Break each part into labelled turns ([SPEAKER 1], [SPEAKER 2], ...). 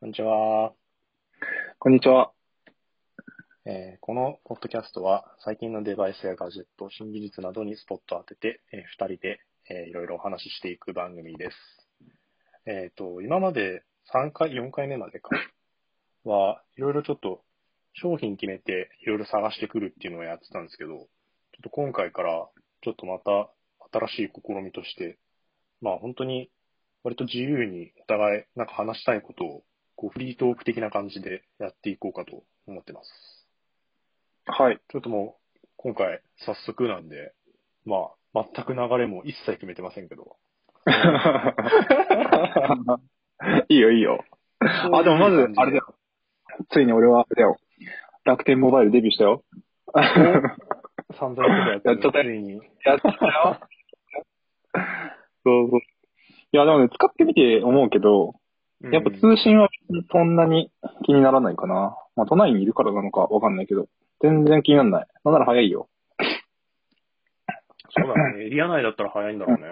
[SPEAKER 1] こんにちは、
[SPEAKER 2] こんにちは。
[SPEAKER 1] えーこのポッドキャストは最近のデバイスやガジェット、新技術などにスポットを当てて、え2人で、えーいろいろお話ししていく番組です。えっ、と、今まで3回、4回目までか、はいろいろちょっと商品決めていろいろ探してくるっていうのをやってたんですけど、ちょっと今回からちょっとまた新しい試みとして、まあ本当に割と自由にお互いなんか話したいことをこうフリートーク的な感じでやっていこうかと思ってます。
[SPEAKER 2] はい。
[SPEAKER 1] ちょっともう今回早速なんで、まあ全く流れも一切決めてませんけ ど。
[SPEAKER 2] いいよ、いいよ。あ、でもまず、あれだよ。ついに俺は、あれだよ。楽天モバイルデビューしたよ。
[SPEAKER 1] 散々やってたやつ
[SPEAKER 2] やっちゃっ
[SPEAKER 1] が
[SPEAKER 2] たよ
[SPEAKER 1] ついに。
[SPEAKER 2] やったよ。そうそう。いや、でもね、使ってみて思うけど、やっぱ
[SPEAKER 1] うん
[SPEAKER 2] 通信はそんなに気にならないかな。まあ、都内にいるからなのかわかんないけど、全然気にならない。なんなら早いよ。
[SPEAKER 1] そうだね。エリア内だったら早いんだろうね。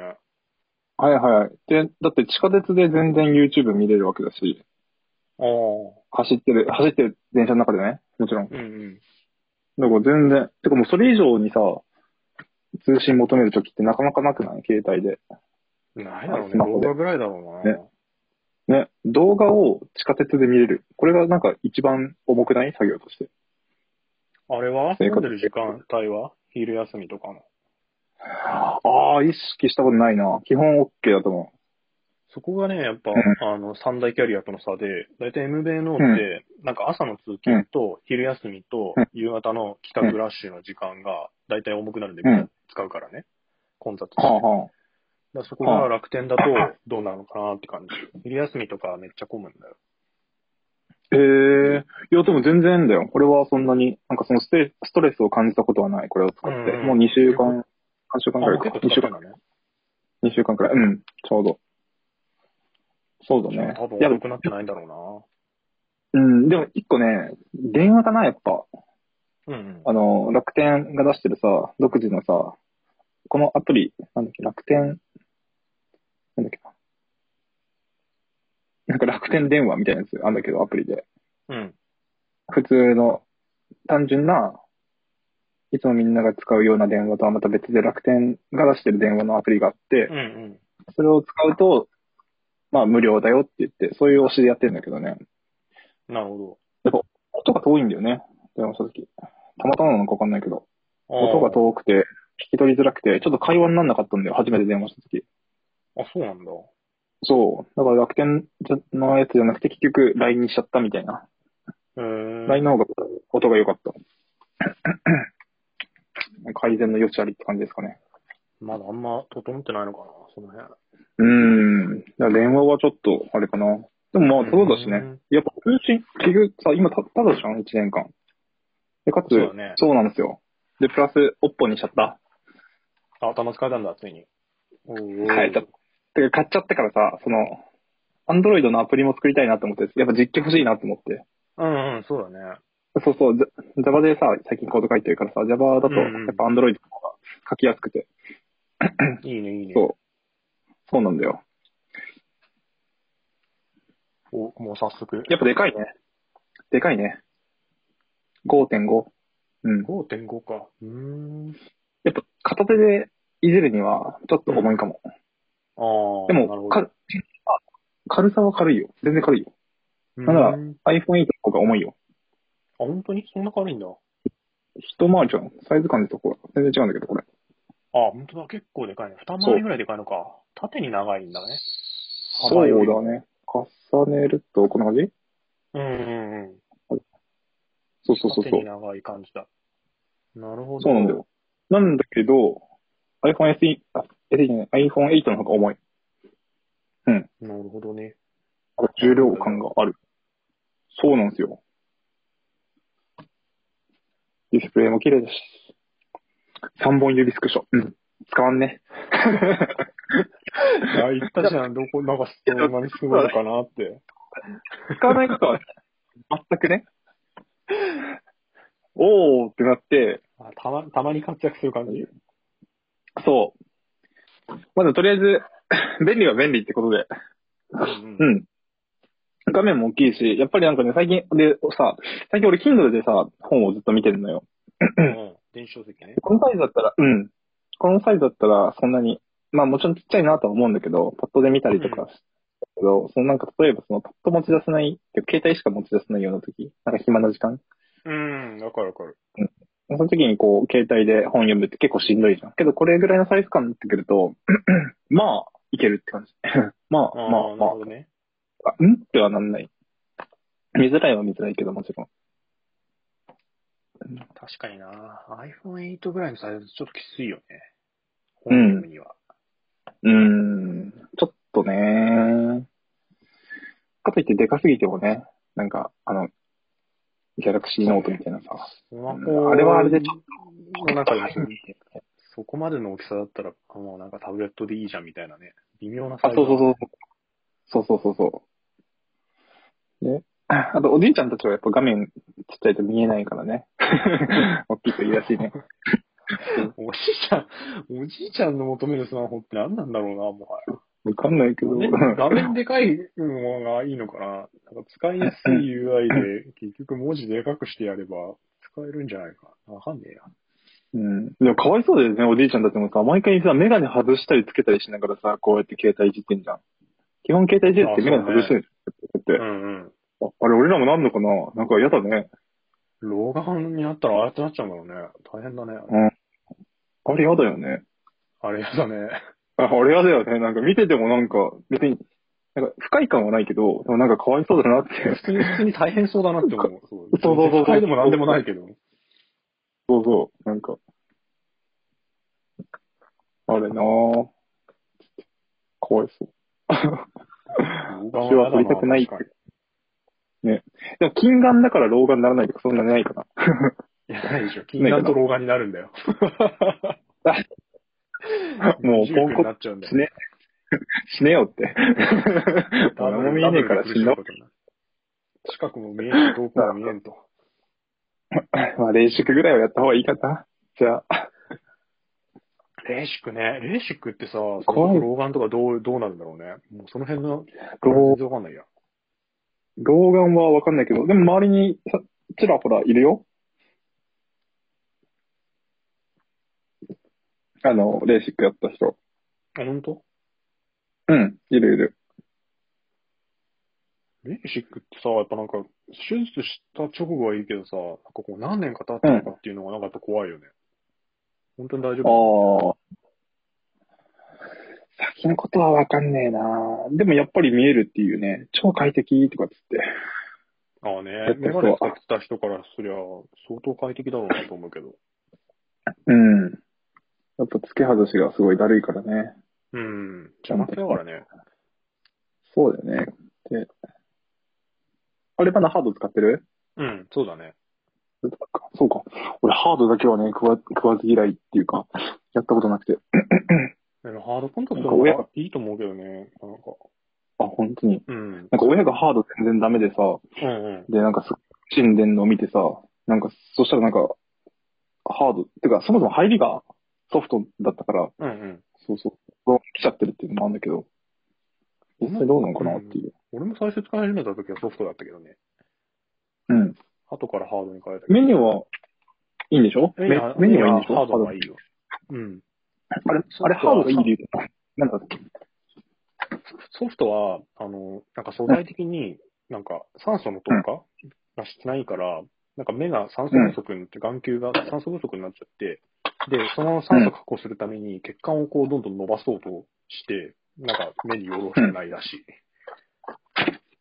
[SPEAKER 2] はいはい。で、だって地下鉄で全然 YouTube 見れるわけだし、
[SPEAKER 1] ああ。
[SPEAKER 2] 走ってる、走ってる電車の中でね、もちろん。
[SPEAKER 1] うんうん。
[SPEAKER 2] だから全然、てかもうそれ以上にさ、通信求めるときってなかなかなくない携帯で。
[SPEAKER 1] ないだろう
[SPEAKER 2] ス
[SPEAKER 1] ね。
[SPEAKER 2] マホ
[SPEAKER 1] 動
[SPEAKER 2] で
[SPEAKER 1] 画ぐらいだろうな。
[SPEAKER 2] ね、動画を地下鉄で見れる。これがなんか一番重くない作業として。
[SPEAKER 1] あれは
[SPEAKER 2] 生
[SPEAKER 1] 住ん
[SPEAKER 2] 活
[SPEAKER 1] でる時間帯は昼休みとかの。
[SPEAKER 2] ああ、意識したことないな。基本 OK だと思
[SPEAKER 1] そこがね、やっぱ、
[SPEAKER 2] ん
[SPEAKER 1] あの、三大キャリアとの差で、だいたい MVNO って、なんか朝の通勤と、昼休みと
[SPEAKER 2] うん、
[SPEAKER 1] 夕方の帰宅ラッシュの時間が、だいたい重くなるんで、みん
[SPEAKER 2] う
[SPEAKER 1] なん使うからね。混雑して。
[SPEAKER 2] う。はあは
[SPEAKER 1] だからそこが楽天だと、どうなのかなって感じ。昼休みとかめっちゃ混むんだよ。
[SPEAKER 2] あ。へえ。いや、でも全然だよ。これはそんなに、なんかそのステストレスを感じたことはない。これを使って。
[SPEAKER 1] うんうん
[SPEAKER 2] もう2週間、3週間くらい
[SPEAKER 1] あ結
[SPEAKER 2] か
[SPEAKER 1] 構。
[SPEAKER 2] 2
[SPEAKER 1] 使
[SPEAKER 2] 週
[SPEAKER 1] ってん
[SPEAKER 2] 間、
[SPEAKER 1] だね。
[SPEAKER 2] 2週間くらい。うん、ちょうど。そうだね。
[SPEAKER 1] 多分
[SPEAKER 2] いや
[SPEAKER 1] 悪
[SPEAKER 2] でも
[SPEAKER 1] くなってないんだろ
[SPEAKER 2] うん、でも一個ね、電話かな、やっぱ。
[SPEAKER 1] うな。うん
[SPEAKER 2] あの、楽天が出してるさ、独自のさ、このアプリ、なんだっけ、楽天、なんだっけな。なんか楽天電話みたいなやつあんだけど、アプリで。
[SPEAKER 1] うん。うん。
[SPEAKER 2] 普通の、単純な、いつもみんなが使うような電話とはまた別で楽天が出してる電話のアプリがあって
[SPEAKER 1] う、んうん。
[SPEAKER 2] それを使うと、まあ無料だよって言って、そういう推しでやってるんだけどね。
[SPEAKER 1] なるほ
[SPEAKER 2] 音が遠いんだよね、電話した時。たまたまなのかわかんないけど。
[SPEAKER 1] ど。あー
[SPEAKER 2] 音が遠くて、聞き取りづらくて、ちょっと会話にならなかったんだよ、初めて電話した時。
[SPEAKER 1] あ、そうなんだ。
[SPEAKER 2] そう。だから楽天のやつじゃなくて、結局 LINE にしちゃったみたいな。
[SPEAKER 1] へー
[SPEAKER 2] LINE の方が音が良かった。 改善の余地ありって感じですかね。
[SPEAKER 1] まだあんま整ってないのかな、その辺。
[SPEAKER 2] うーん。だから電話はちょっと、あれかな。でもまあ、そうだし
[SPEAKER 1] う
[SPEAKER 2] ね。
[SPEAKER 1] ん。
[SPEAKER 2] やっぱ通信、結局さ、今たっただじゃん、1年間。で、かつ、
[SPEAKER 1] そうだね
[SPEAKER 2] そうなんですよ。で、プラス、オッポにしちゃった。
[SPEAKER 1] あ、頭使えたんだ、ついに。おー
[SPEAKER 2] はいだてか買っちゃってからさ、その、アンドロイドのアプリも作りたいなと思って、やっぱ実機欲しいなと思って。
[SPEAKER 1] うんうん、そうだね。
[SPEAKER 2] そうそう、J- Java でさ、最近コード書いてるからさ、Java だと、
[SPEAKER 1] うんうん
[SPEAKER 2] やっぱアンドロイドの方が書きやすくて。
[SPEAKER 1] いいね、いいね。
[SPEAKER 2] そうそうなんだよ。
[SPEAKER 1] お、もう早速。
[SPEAKER 2] やっぱでかいね。でかいね。5.5。うん。
[SPEAKER 1] 5.5か。うーん。
[SPEAKER 2] やっぱ片手でいじるには、ちょっと重いかも。
[SPEAKER 1] ああ。
[SPEAKER 2] で
[SPEAKER 1] なる
[SPEAKER 2] も、
[SPEAKER 1] ほど
[SPEAKER 2] かあ軽さは軽いよ。全然軽いよ。
[SPEAKER 1] う
[SPEAKER 2] なんなら
[SPEAKER 1] んあ、
[SPEAKER 2] iPhone8 の方が重いよ。
[SPEAKER 1] 本当にそんな軽いんだ。あ、
[SPEAKER 2] 一回りじゃん。サイズ感でとこ全然違うんだけど、これ。
[SPEAKER 1] 本当だ、結構でかいね。二回りぐらいでかいのか。縦に長いんだね。
[SPEAKER 2] そうだね。重ねると、こんな感じ
[SPEAKER 1] うんうんうん。
[SPEAKER 2] そうそうそう
[SPEAKER 1] 縦
[SPEAKER 2] そ
[SPEAKER 1] に
[SPEAKER 2] う。
[SPEAKER 1] 長い感じだ。なるほど。
[SPEAKER 2] そうなんだよ。。なんだけど、iPhone SE、あ、SE じゃない、iPhone8 の方が重い。
[SPEAKER 1] なるほどね。
[SPEAKER 2] 重量感がある。そうなんですよ。ディスプレイも綺麗だし。3本指スクショ。うん。使わんね。
[SPEAKER 1] いや、言ったじゃん、どこ、なんか、そんなにすごいのかなって。
[SPEAKER 2] 使わないことは、全くね。おーってなって、
[SPEAKER 1] あたま、たまに活躍する感じ。
[SPEAKER 2] そう。まだとりあえず、便利は便利ってことで。
[SPEAKER 1] うんうん
[SPEAKER 2] うん。画面も大きいし、やっぱりなんかね、最近、で、さ、最近俺 Kindle でさ、本をずっと見てるのよ。
[SPEAKER 1] うん。電子書籍ね。
[SPEAKER 2] このサイズだったら、うん。このサイズだったら、そんなに、まあもちろんちっちゃいなとは思うんだけど、パッドで見たりとかしたけど、そのなんか例えばそのパッド持ち出せない、携帯しか持ち出せないような時、なんか暇な時間。
[SPEAKER 1] うん、わかるわかる。
[SPEAKER 2] その時にこう、携帯で本読むって結構しんどいじゃん。けどこれぐらいのサイズ感になってくると、 まあ、いけるって感じ。 まあ、
[SPEAKER 1] ああ、
[SPEAKER 2] まあ、
[SPEAKER 1] な
[SPEAKER 2] ま
[SPEAKER 1] る
[SPEAKER 2] あ
[SPEAKER 1] ほ、どね。
[SPEAKER 2] あうんってはなんない。見づらいは見づらいけど、もちろん。
[SPEAKER 1] 確かにな。iPhone8 ぐらいのサイズちょっときついよね。
[SPEAKER 2] う
[SPEAKER 1] 本
[SPEAKER 2] ん
[SPEAKER 1] 読むには。
[SPEAKER 2] うーん、ちょっとね。かといってでかすぎてもね、なんか、あの、ギャラクシーノートみたいなさ。
[SPEAKER 1] スマ
[SPEAKER 2] うん
[SPEAKER 1] ホ
[SPEAKER 2] あれはあれでち
[SPEAKER 1] の中でもそこまでの大きさだったら、もうなんかタブレットでいいじゃんみたいなね。微妙なサ
[SPEAKER 2] あ、
[SPEAKER 1] イズ。
[SPEAKER 2] そうそうそう。そうそうそうそう。ね。 あと、おじいちゃんたちはやっぱ画面ちっちゃいと見えないからね。 大きいといいらしいね。
[SPEAKER 1] おじいちゃん、おじいちゃんの求めるスマホって何なんだろうな、もはや。
[SPEAKER 2] わかんないけど。
[SPEAKER 1] ね画面でかいのがいいのかな。なんか使いやすい UI で、結局文字でかくしてやれば使えるんじゃないか。わかんねえや。
[SPEAKER 2] うん。でもかわいそうだよね、おじいちゃんたちもさ、毎回さ、メガネ外したりつけたりしながらさ、こうやって携帯いじってんじゃん。基本携帯いじるってメガネ外してるって、
[SPEAKER 1] う
[SPEAKER 2] あ
[SPEAKER 1] んうん。
[SPEAKER 2] あれ俺らもなんのかななんか嫌だね。
[SPEAKER 1] 老眼になったらああやってなっちゃうんだろうね。大変だね。
[SPEAKER 2] あれ嫌だよね。
[SPEAKER 1] あれやだね。
[SPEAKER 2] ああれ嫌だよね。なんか見ててもなんか、別に、なんか不快感はないけど、でもなんかかわいそうだなって。
[SPEAKER 1] 普通に、普通に大変そうだなって思 う。そう
[SPEAKER 2] そうそうそう
[SPEAKER 1] 不快でもなんでもないけど。
[SPEAKER 2] そうそう、なんか。あれなぁ。かわいそう。
[SPEAKER 1] 老
[SPEAKER 2] 私は取りたくないって
[SPEAKER 1] 確か
[SPEAKER 2] でも近眼だから老眼にならないとかそんなにないかな。
[SPEAKER 1] にいや、ないでしょ。近眼と老眼になるんだよ。
[SPEAKER 2] もう
[SPEAKER 1] 19
[SPEAKER 2] ポンコ
[SPEAKER 1] になっちゃうんだよ
[SPEAKER 2] 死。ね。 死ねよ って。
[SPEAKER 1] ダブ
[SPEAKER 2] 何
[SPEAKER 1] ル
[SPEAKER 2] も見えねえから死
[SPEAKER 1] ダ
[SPEAKER 2] の
[SPEAKER 1] ブルで苦しむことになる近くも見えんし、遠くも見えんと。
[SPEAKER 2] う。まあ、練習ぐらいはやった方がいいかな。じゃあ、
[SPEAKER 1] レーシックね。レーシックってさ、そ
[SPEAKER 2] 怖い
[SPEAKER 1] の老眼とかどう、どうなるんだろうね。もうその辺の、
[SPEAKER 2] 老
[SPEAKER 1] 全然わかんないや。
[SPEAKER 2] 老眼はわかんないけど、でも周りにさちらほらいるよ。あの、レーシックやった人。
[SPEAKER 1] あ、ほんと
[SPEAKER 2] うん、いるいる。
[SPEAKER 1] レーシックってさ、やっぱなんか、手術した直後はいいけどさ、なんかこう何年か経ってるかっていうのがなんかやっぱ怖いよね。本当に大丈夫
[SPEAKER 2] ああ。先のことはわかんねえなでもやっぱり見えるっていうね、超快適とかっつって。
[SPEAKER 1] ああね
[SPEAKER 2] やっ、ぱ
[SPEAKER 1] メ
[SPEAKER 2] そう
[SPEAKER 1] ガネ使ってた人からすりゃ、相当快適だろうなと思うけど。
[SPEAKER 2] うん。やっぱ付け外しがすごいだるいからね。
[SPEAKER 1] うん。邪魔くさいからね。
[SPEAKER 2] そうだよね。で、あれまだハード使ってる
[SPEAKER 1] うん、そうだね。
[SPEAKER 2] そうか。俺ハードだけはね、食わ食わず嫌いっていうか、やったことなくて。
[SPEAKER 1] でもハードコンタクトの方
[SPEAKER 2] なんか
[SPEAKER 1] がいいと思うけどね。なんか。
[SPEAKER 2] あ、本当に。
[SPEAKER 1] うん。うん
[SPEAKER 2] なんか親がハード全然ダメでさ、
[SPEAKER 1] うん。
[SPEAKER 2] で、なんかすっ死んでんのを見てさ、なんか、そしたらなんか、ハード、てか、そもそも入りがソフトだったから、
[SPEAKER 1] うんうん。
[SPEAKER 2] そうそう、来ちゃってるっていうのもあるんだけど、実際どうなのかなっていう。
[SPEAKER 1] 俺も最初使い始めた時はソフトだったけどね。
[SPEAKER 2] うん。
[SPEAKER 1] 後からハードに変えたけど。
[SPEAKER 2] メニューはいいんでしょメ
[SPEAKER 1] メニューは
[SPEAKER 2] メニューはいいんでしょ
[SPEAKER 1] ハードがいいよ。うん。
[SPEAKER 2] あれ、あれハードがいい理由だなんだっけ
[SPEAKER 1] ソフトは、あの、なんか素材的に、なんか酸素の透過がしないから、なんか目が酸素不足になって、眼球が酸素不足になっちゃって、で、その酸素確保するために血管をこうどんどん伸ばそうとして、なんか目によろしくないらしい。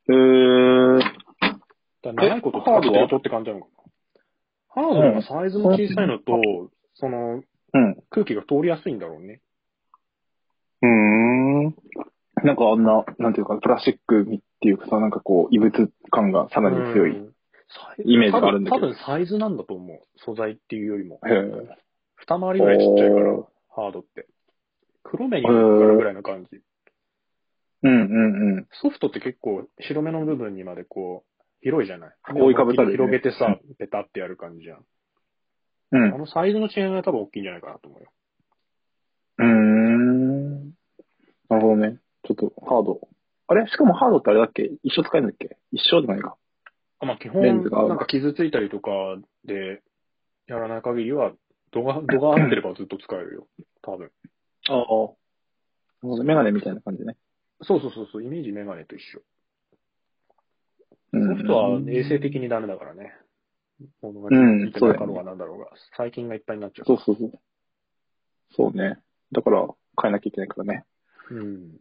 [SPEAKER 2] えー、
[SPEAKER 1] だから長いこと使ってるとって感じなのかな。ハードの方がサイズも小さいのと、その
[SPEAKER 2] うん。
[SPEAKER 1] 空気が通りやすいんだろうね。
[SPEAKER 2] うーん。なんかあんな、なんていうか、プラスチックっていうかさ、なんかこう、異物感がさらに強い。
[SPEAKER 1] うん
[SPEAKER 2] イメージがあるんだけど
[SPEAKER 1] 多分多分サイズなんだと思う。素材っていうよりも。
[SPEAKER 2] へー
[SPEAKER 1] 二回りぐらいちっちゃいから
[SPEAKER 2] おー、
[SPEAKER 1] ハードって。黒目にかかるぐらいの感じ。
[SPEAKER 2] うんうんうん。
[SPEAKER 1] ソフトって結構白目の部分にまでこう、広いじゃない
[SPEAKER 2] 覆いかぶされるね
[SPEAKER 1] 広げてさ、ペタってやる感じじゃん。
[SPEAKER 2] う
[SPEAKER 1] あ
[SPEAKER 2] ん。
[SPEAKER 1] のサイズの違いが多分大きいんじゃないかなと思うよ。
[SPEAKER 2] うーん。なるほどね。ちょっとハード、あれしかもハードってあれだっけ一生使えるんだっけ一生でもないか。
[SPEAKER 1] まあ基
[SPEAKER 2] レ
[SPEAKER 1] 本、
[SPEAKER 2] ンズが合う
[SPEAKER 1] なんか傷ついたりとかで、やらない限りは、度が、度が合ってればずっと使えるよ。多分。
[SPEAKER 2] ああ。なるほど。メガネみたいな感じね。
[SPEAKER 1] そうそうそうそう、イメージメガネと一緒。
[SPEAKER 2] う
[SPEAKER 1] ソ
[SPEAKER 2] ん
[SPEAKER 1] フトは衛生的にダメだからね。物が
[SPEAKER 2] うん
[SPEAKER 1] ついてなかろうがなんだろうが、細菌がいっぱいになっちゃう。
[SPEAKER 2] そうそうそう。そうね。だから、変えなきゃいけないからね。
[SPEAKER 1] うん。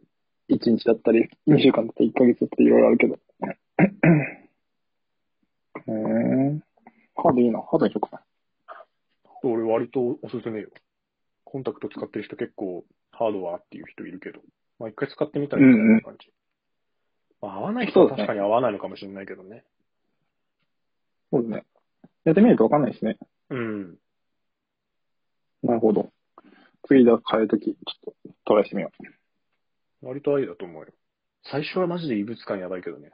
[SPEAKER 2] 1日だったり、2週間だったり、1ヶ月だったり、いろいろあるけど。へえ。ハードいいな。ハードにしようか
[SPEAKER 1] 俺割とおすすめよ。コンタクト使ってる人結構ハードはっていう人いるけど、まあ一回使ってみたらいいみたいな感じ。まあ合わない人は
[SPEAKER 2] そうです
[SPEAKER 1] 確
[SPEAKER 2] ね
[SPEAKER 1] かに合わないのかもしれないけどね。
[SPEAKER 2] そうですね。やってみるとわかんないですね。
[SPEAKER 1] うん。
[SPEAKER 2] なるほど。次だ、変えるとき、ちょっとトライしてみよう。
[SPEAKER 1] 割とありだと思うよ。最初はマジで異物感やばいけどね。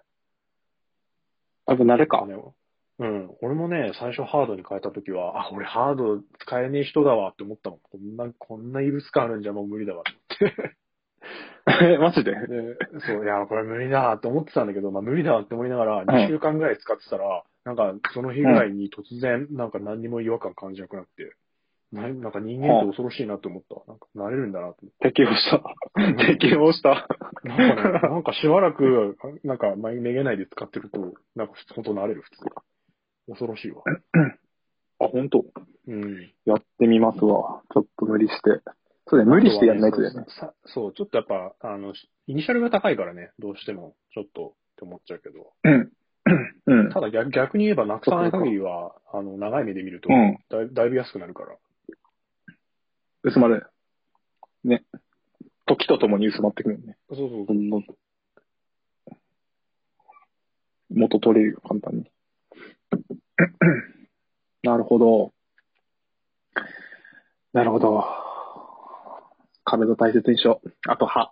[SPEAKER 2] あと、慣れか。
[SPEAKER 1] 金をうん。俺もね、最初ハードに変えた時は、あ、俺ハード使えねえ人だわって思ったもん。こんな、こんな異物感あるんじゃもう無理だわって思って。
[SPEAKER 2] え、 マジで
[SPEAKER 1] で、そう、いや、これ無理だと思ってたんだけど、まあ無理だって思いながら、2週間ぐらい使ってたら、なんかその日ぐらいに突然、なんか何にも違和感感じなくなって、ななんか人間って恐ろしいなって思ったわ。なんか慣れるんだなって
[SPEAKER 2] 適応 した。適応した。
[SPEAKER 1] 思って。 なんかね、なんかしばらく、なんか前めげないで使ってると、なんか本当慣れる、普通に。恐ろしいわ。
[SPEAKER 2] あ、本当。
[SPEAKER 1] うん。
[SPEAKER 2] やってみますわ。ちょっと無理して。そうだよ、無理してやんないとだよね。
[SPEAKER 1] さそう、ちょっとやっぱ、あの、イニシャルが高いからね、どうしても、ちょっとって思っちゃうけど。
[SPEAKER 2] うん。うん。
[SPEAKER 1] ただ逆逆に言えばなくさない限りは、あの、長い目で見ると、
[SPEAKER 2] うん
[SPEAKER 1] だいだいぶ安くなるから。
[SPEAKER 2] 薄まる。ね。時とともに薄まってくるよね。
[SPEAKER 1] そう そう
[SPEAKER 2] どんどん。元取れるよ、簡単 に。なるほど。なるほど。壁の大切にしよう。あと 歯。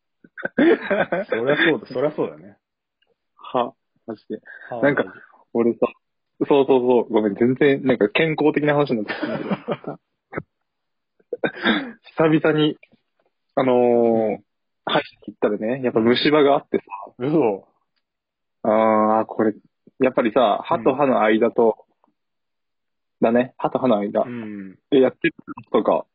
[SPEAKER 1] そりゃそうだ、そりゃそうだね。
[SPEAKER 2] 歯。マジで。
[SPEAKER 1] あー
[SPEAKER 2] なんか、俺さ、そうそうそう。ごめん、全然、なんか健康的な話になってきたんだ けど久々に、あのー、歯医者に行ったらね、やっぱ虫歯があってさ、
[SPEAKER 1] 嘘。
[SPEAKER 2] ああ、これ、やっぱりさ、歯と歯の間と、だね、歯と歯の間
[SPEAKER 1] う。ん。
[SPEAKER 2] で、やってるとか、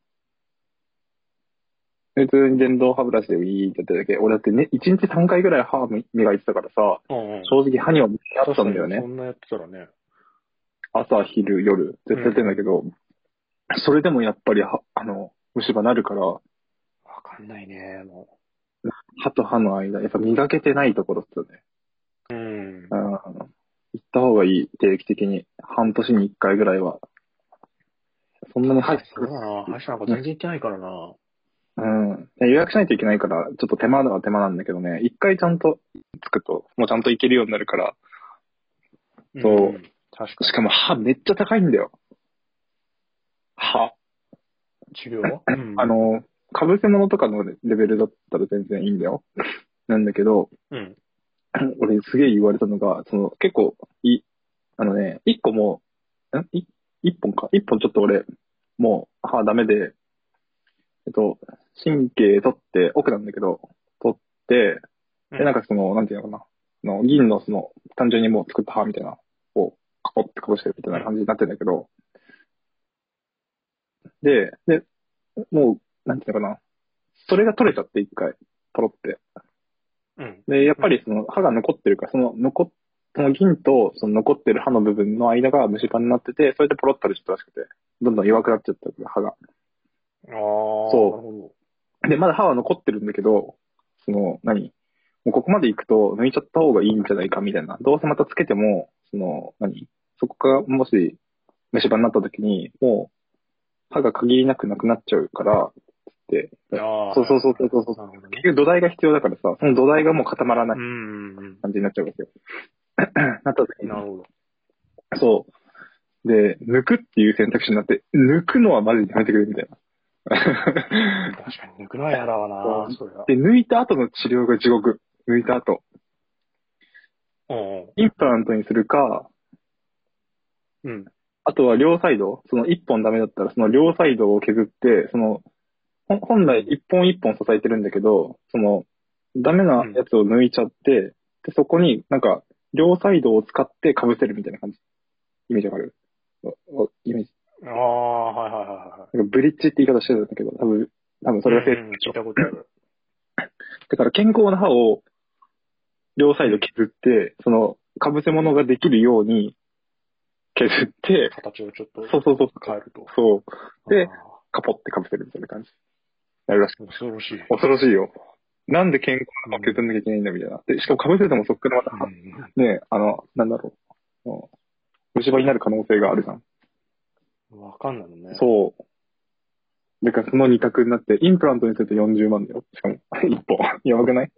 [SPEAKER 2] 普通に電動歯ブラシでウィーってやってるだけ。俺だってね、1日3回ぐらい歯磨いてたからさ、
[SPEAKER 1] うんうん
[SPEAKER 2] 正直歯には向き合ったんだよ
[SPEAKER 1] 確かに
[SPEAKER 2] ね
[SPEAKER 1] そ。んなやってたらね。
[SPEAKER 2] 朝、昼、夜、絶対やってんだけど、それでもやっぱり歯、あの、虫歯なるから、
[SPEAKER 1] わかんないね、も
[SPEAKER 2] 歯と歯の間、やっぱ磨けてないところっすよね。
[SPEAKER 1] う。うん
[SPEAKER 2] う。ん。行った方がいい、定期的に。半年に1回ぐらいは。そんなに歯医者
[SPEAKER 1] そうだな、歯医者なんか全然行ってないからな。
[SPEAKER 2] うん。予約しないといけないから、ちょっと手間は手間なんだけどね、一回ちゃんとつくと、もうちゃんと行けるようになるから、そうん
[SPEAKER 1] 確か
[SPEAKER 2] しかも歯めっちゃ高いんだよ。歯。
[SPEAKER 1] に。治療はうん
[SPEAKER 2] あ、の、被せ物とかのレベルだったら全然いいんだよ。なんだけど、
[SPEAKER 1] うん。
[SPEAKER 2] 俺すげえ言われたのが、その結構い、あのね、一個もう、んい一本か。一本ちょっと俺、もう歯ダメで、えっと、神経取って、奥なんだけど、取って、
[SPEAKER 1] う
[SPEAKER 2] で、なんかその、なんていうのかな、あの銀のその、単純にもう作った歯みたいな、を、カポってかぶしてるみたいな感じになってるんだけど、で、で、もう、なんていうのかな、それが取れちゃって一回、ポロって。
[SPEAKER 1] うん。
[SPEAKER 2] で、やっぱりその歯が残ってるから、その残っ、その銀とその残ってる歯の部分の間が虫歯になってて、それでポロッと出ちゃったらしくて、どんどん弱くなっちゃったから歯が。
[SPEAKER 1] ああ、なるほ
[SPEAKER 2] で、まだ歯は残ってるんだけど、その、何もうここまで行くと抜いちゃった方がいいんじゃないかみたいな。どうせまたつけても、その、何そこがもし虫歯になった時に、もう歯が限りなくなくなっちゃうから、つって。
[SPEAKER 1] ど。ああ。
[SPEAKER 2] そうそうそうそうそう
[SPEAKER 1] なるほどね
[SPEAKER 2] 結。局土台が必要だからさ、その土台がもう固まらない
[SPEAKER 1] うんうん
[SPEAKER 2] 感じになっちゃうわけよ。 なった時
[SPEAKER 1] うん。
[SPEAKER 2] に
[SPEAKER 1] な、るほど。
[SPEAKER 2] そう。で、抜くっていう選択肢になって、抜くのはマジでやめてくれみたいな。
[SPEAKER 1] 確かに抜くのはやだわな、それは。
[SPEAKER 2] で、抜いた後の治療が地獄。抜いた後。
[SPEAKER 1] うんうん。
[SPEAKER 2] インプラントにするか、
[SPEAKER 1] うん。
[SPEAKER 2] あとは両サイド、その一本ダメだったら、その両サイドを削って、そのほん本来一本一本支えてるんだけど、その、ダメなやつを抜いちゃって、で、そこになんか、両サイドを使って被せるみたいな感じ。イメージわかるわわイメージ。
[SPEAKER 1] ああ、はいはいはいはい。
[SPEAKER 2] なんかブリッジって言い方してたんだけど、多分、多分それが正
[SPEAKER 1] うん聞いたことある。
[SPEAKER 2] だから健康な歯を両サイド削って、その、被せ物ができるように削って、
[SPEAKER 1] 形をちょっと
[SPEAKER 2] そうそうそう、
[SPEAKER 1] 変えると。
[SPEAKER 2] そう、で
[SPEAKER 1] あー、
[SPEAKER 2] カポって被せるみたいな感じ。やるらしい。
[SPEAKER 1] 恐ろしい。
[SPEAKER 2] 恐ろしいよ。なんで健康な歯を削んなきゃいけないんだみたいな。で、しかも被せてもそっからまた、
[SPEAKER 1] うん
[SPEAKER 2] ね、あの、なんだろう。うん虫歯になる可能性があるじゃん。
[SPEAKER 1] わかんないもんね。う。
[SPEAKER 2] そう。だからその二択になって、インプラントにすると40万だよ。しかも、 一本。やばくない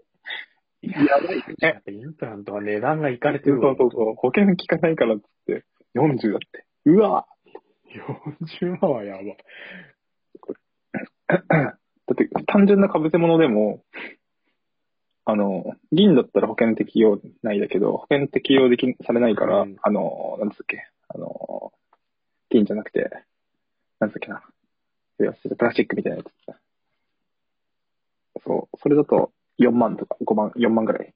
[SPEAKER 1] やばい。やっぱインプラントは値段がいかれて
[SPEAKER 2] そ
[SPEAKER 1] る
[SPEAKER 2] うそ
[SPEAKER 1] わ。
[SPEAKER 2] うそう。保険効かないからっつって、40だって。う わ
[SPEAKER 1] 40万はやばい。
[SPEAKER 2] だって、単純な被せ物でも、あの、銀だったら保険適用ないだけど、保険適用でき、されないから、
[SPEAKER 1] うん
[SPEAKER 2] あの、なんつうっけ、あの、銀じゃなくて、なんつうっけな。いやプラスチックみたいなやつ。そう、それだと4万とか5万、4万ぐらい。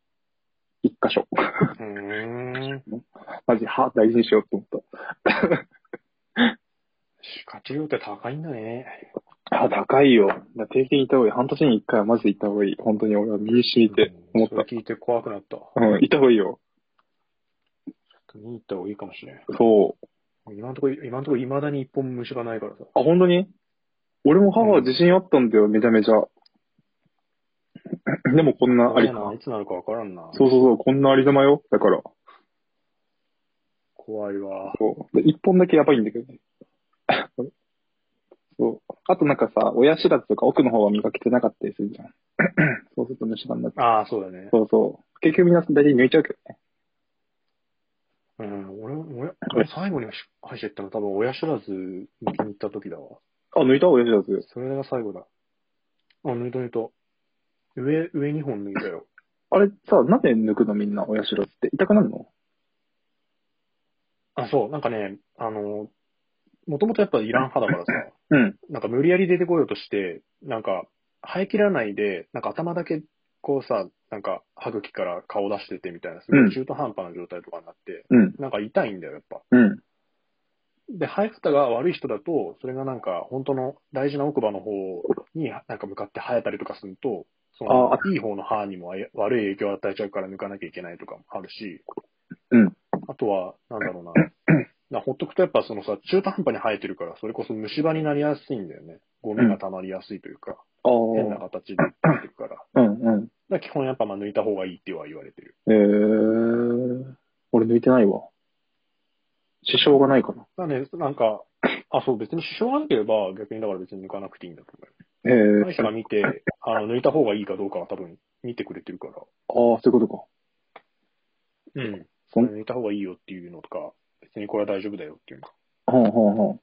[SPEAKER 2] 一箇所。
[SPEAKER 1] うーん。
[SPEAKER 2] マジ、歯大事にしようと思った。
[SPEAKER 1] 歯科治療って高いんだね。
[SPEAKER 2] あ、高いよ。だから定期に行った方がいい。半年に一回はマジで行った方がいい。本当に俺は身に染みて思っ
[SPEAKER 1] そ
[SPEAKER 2] た
[SPEAKER 1] れ。聞いて怖くなった。
[SPEAKER 2] うん、行った方がいいよ。
[SPEAKER 1] 見に行った方がいいかもしれない。
[SPEAKER 2] そう。
[SPEAKER 1] 今のところ、今のところ未だに一本も虫歯ないからさ。
[SPEAKER 2] あ、本当に俺も母は自信あったんだよ、めちゃ めちゃ。でもこんなあり
[SPEAKER 1] やな、いつなるかわからんな。
[SPEAKER 2] そうそうそう、こんなあり玉よ。だから。
[SPEAKER 1] 怖いわ。
[SPEAKER 2] そう。で、一本だけやばいんだけどね。 そう。あとなんかさ、親知らずとか奥の方は磨けてなかったりするじゃん。 そうすると虫歯になって。
[SPEAKER 1] ああ、そうだね。
[SPEAKER 2] そうそう。結局みんな大体抜いちゃうけどね。
[SPEAKER 1] うん、俺、俺、最後に歯医者行ったの多分親知らず抜きに行った時だわ。
[SPEAKER 2] あ、抜いた親知らず。
[SPEAKER 1] それが最後だ。あ、抜いた抜いた。上、上2本抜いたよ。
[SPEAKER 2] あれさ、なんで抜くのみんな親知らずって。痛くなるの
[SPEAKER 1] あ、そう、なんかね、あの、もともとやっぱいらん歯だからさ、
[SPEAKER 2] うん。
[SPEAKER 1] なんか無理やり出てこようとして、なんか、生え切らないで、なんか頭だけ、こうさ、なんか歯茎から顔出しててみたいな、すご
[SPEAKER 2] うん
[SPEAKER 1] い中途半端な状態とかになって、
[SPEAKER 2] うん。
[SPEAKER 1] なんか痛いんだよ、やっぱ。
[SPEAKER 2] うん。
[SPEAKER 1] で、生え方が悪い人だと、それがなんか、本当の大事な奥歯の方に、なんか向かって生えたりとかすると、その
[SPEAKER 2] あ、
[SPEAKER 1] いい方の歯にもあや悪い影響を与えちゃうから抜かなきゃいけないとかもあるし、
[SPEAKER 2] うん。
[SPEAKER 1] あとは、なんだろうな。 なほっとくとやっぱそのさ、中途半端に生えてるから、それこそ虫歯になりやすいんだよね。ゴミが溜まりやすいというか、
[SPEAKER 2] あ
[SPEAKER 1] 変な
[SPEAKER 2] あ。
[SPEAKER 1] 形になってるから。だか
[SPEAKER 2] うんうん。
[SPEAKER 1] ら基本やっぱまあ抜いた方がいいっては言われてる。
[SPEAKER 2] えー、俺抜いてないわ。支障がないかな。
[SPEAKER 1] だからね、なんか、あ、そう、別に支障がなければ、逆にだから別に抜かなくていいんだと思うよ。
[SPEAKER 2] えー、
[SPEAKER 1] 歯医者が見て、あの、抜いた方がいいかどうかは多分見てくれてるから。
[SPEAKER 2] ああ、そういうことか。
[SPEAKER 1] うん。
[SPEAKER 2] そん、
[SPEAKER 1] 抜いた方がいいよっていうのとか、別にこれは大丈夫だよっていうの。
[SPEAKER 2] はんはんはん。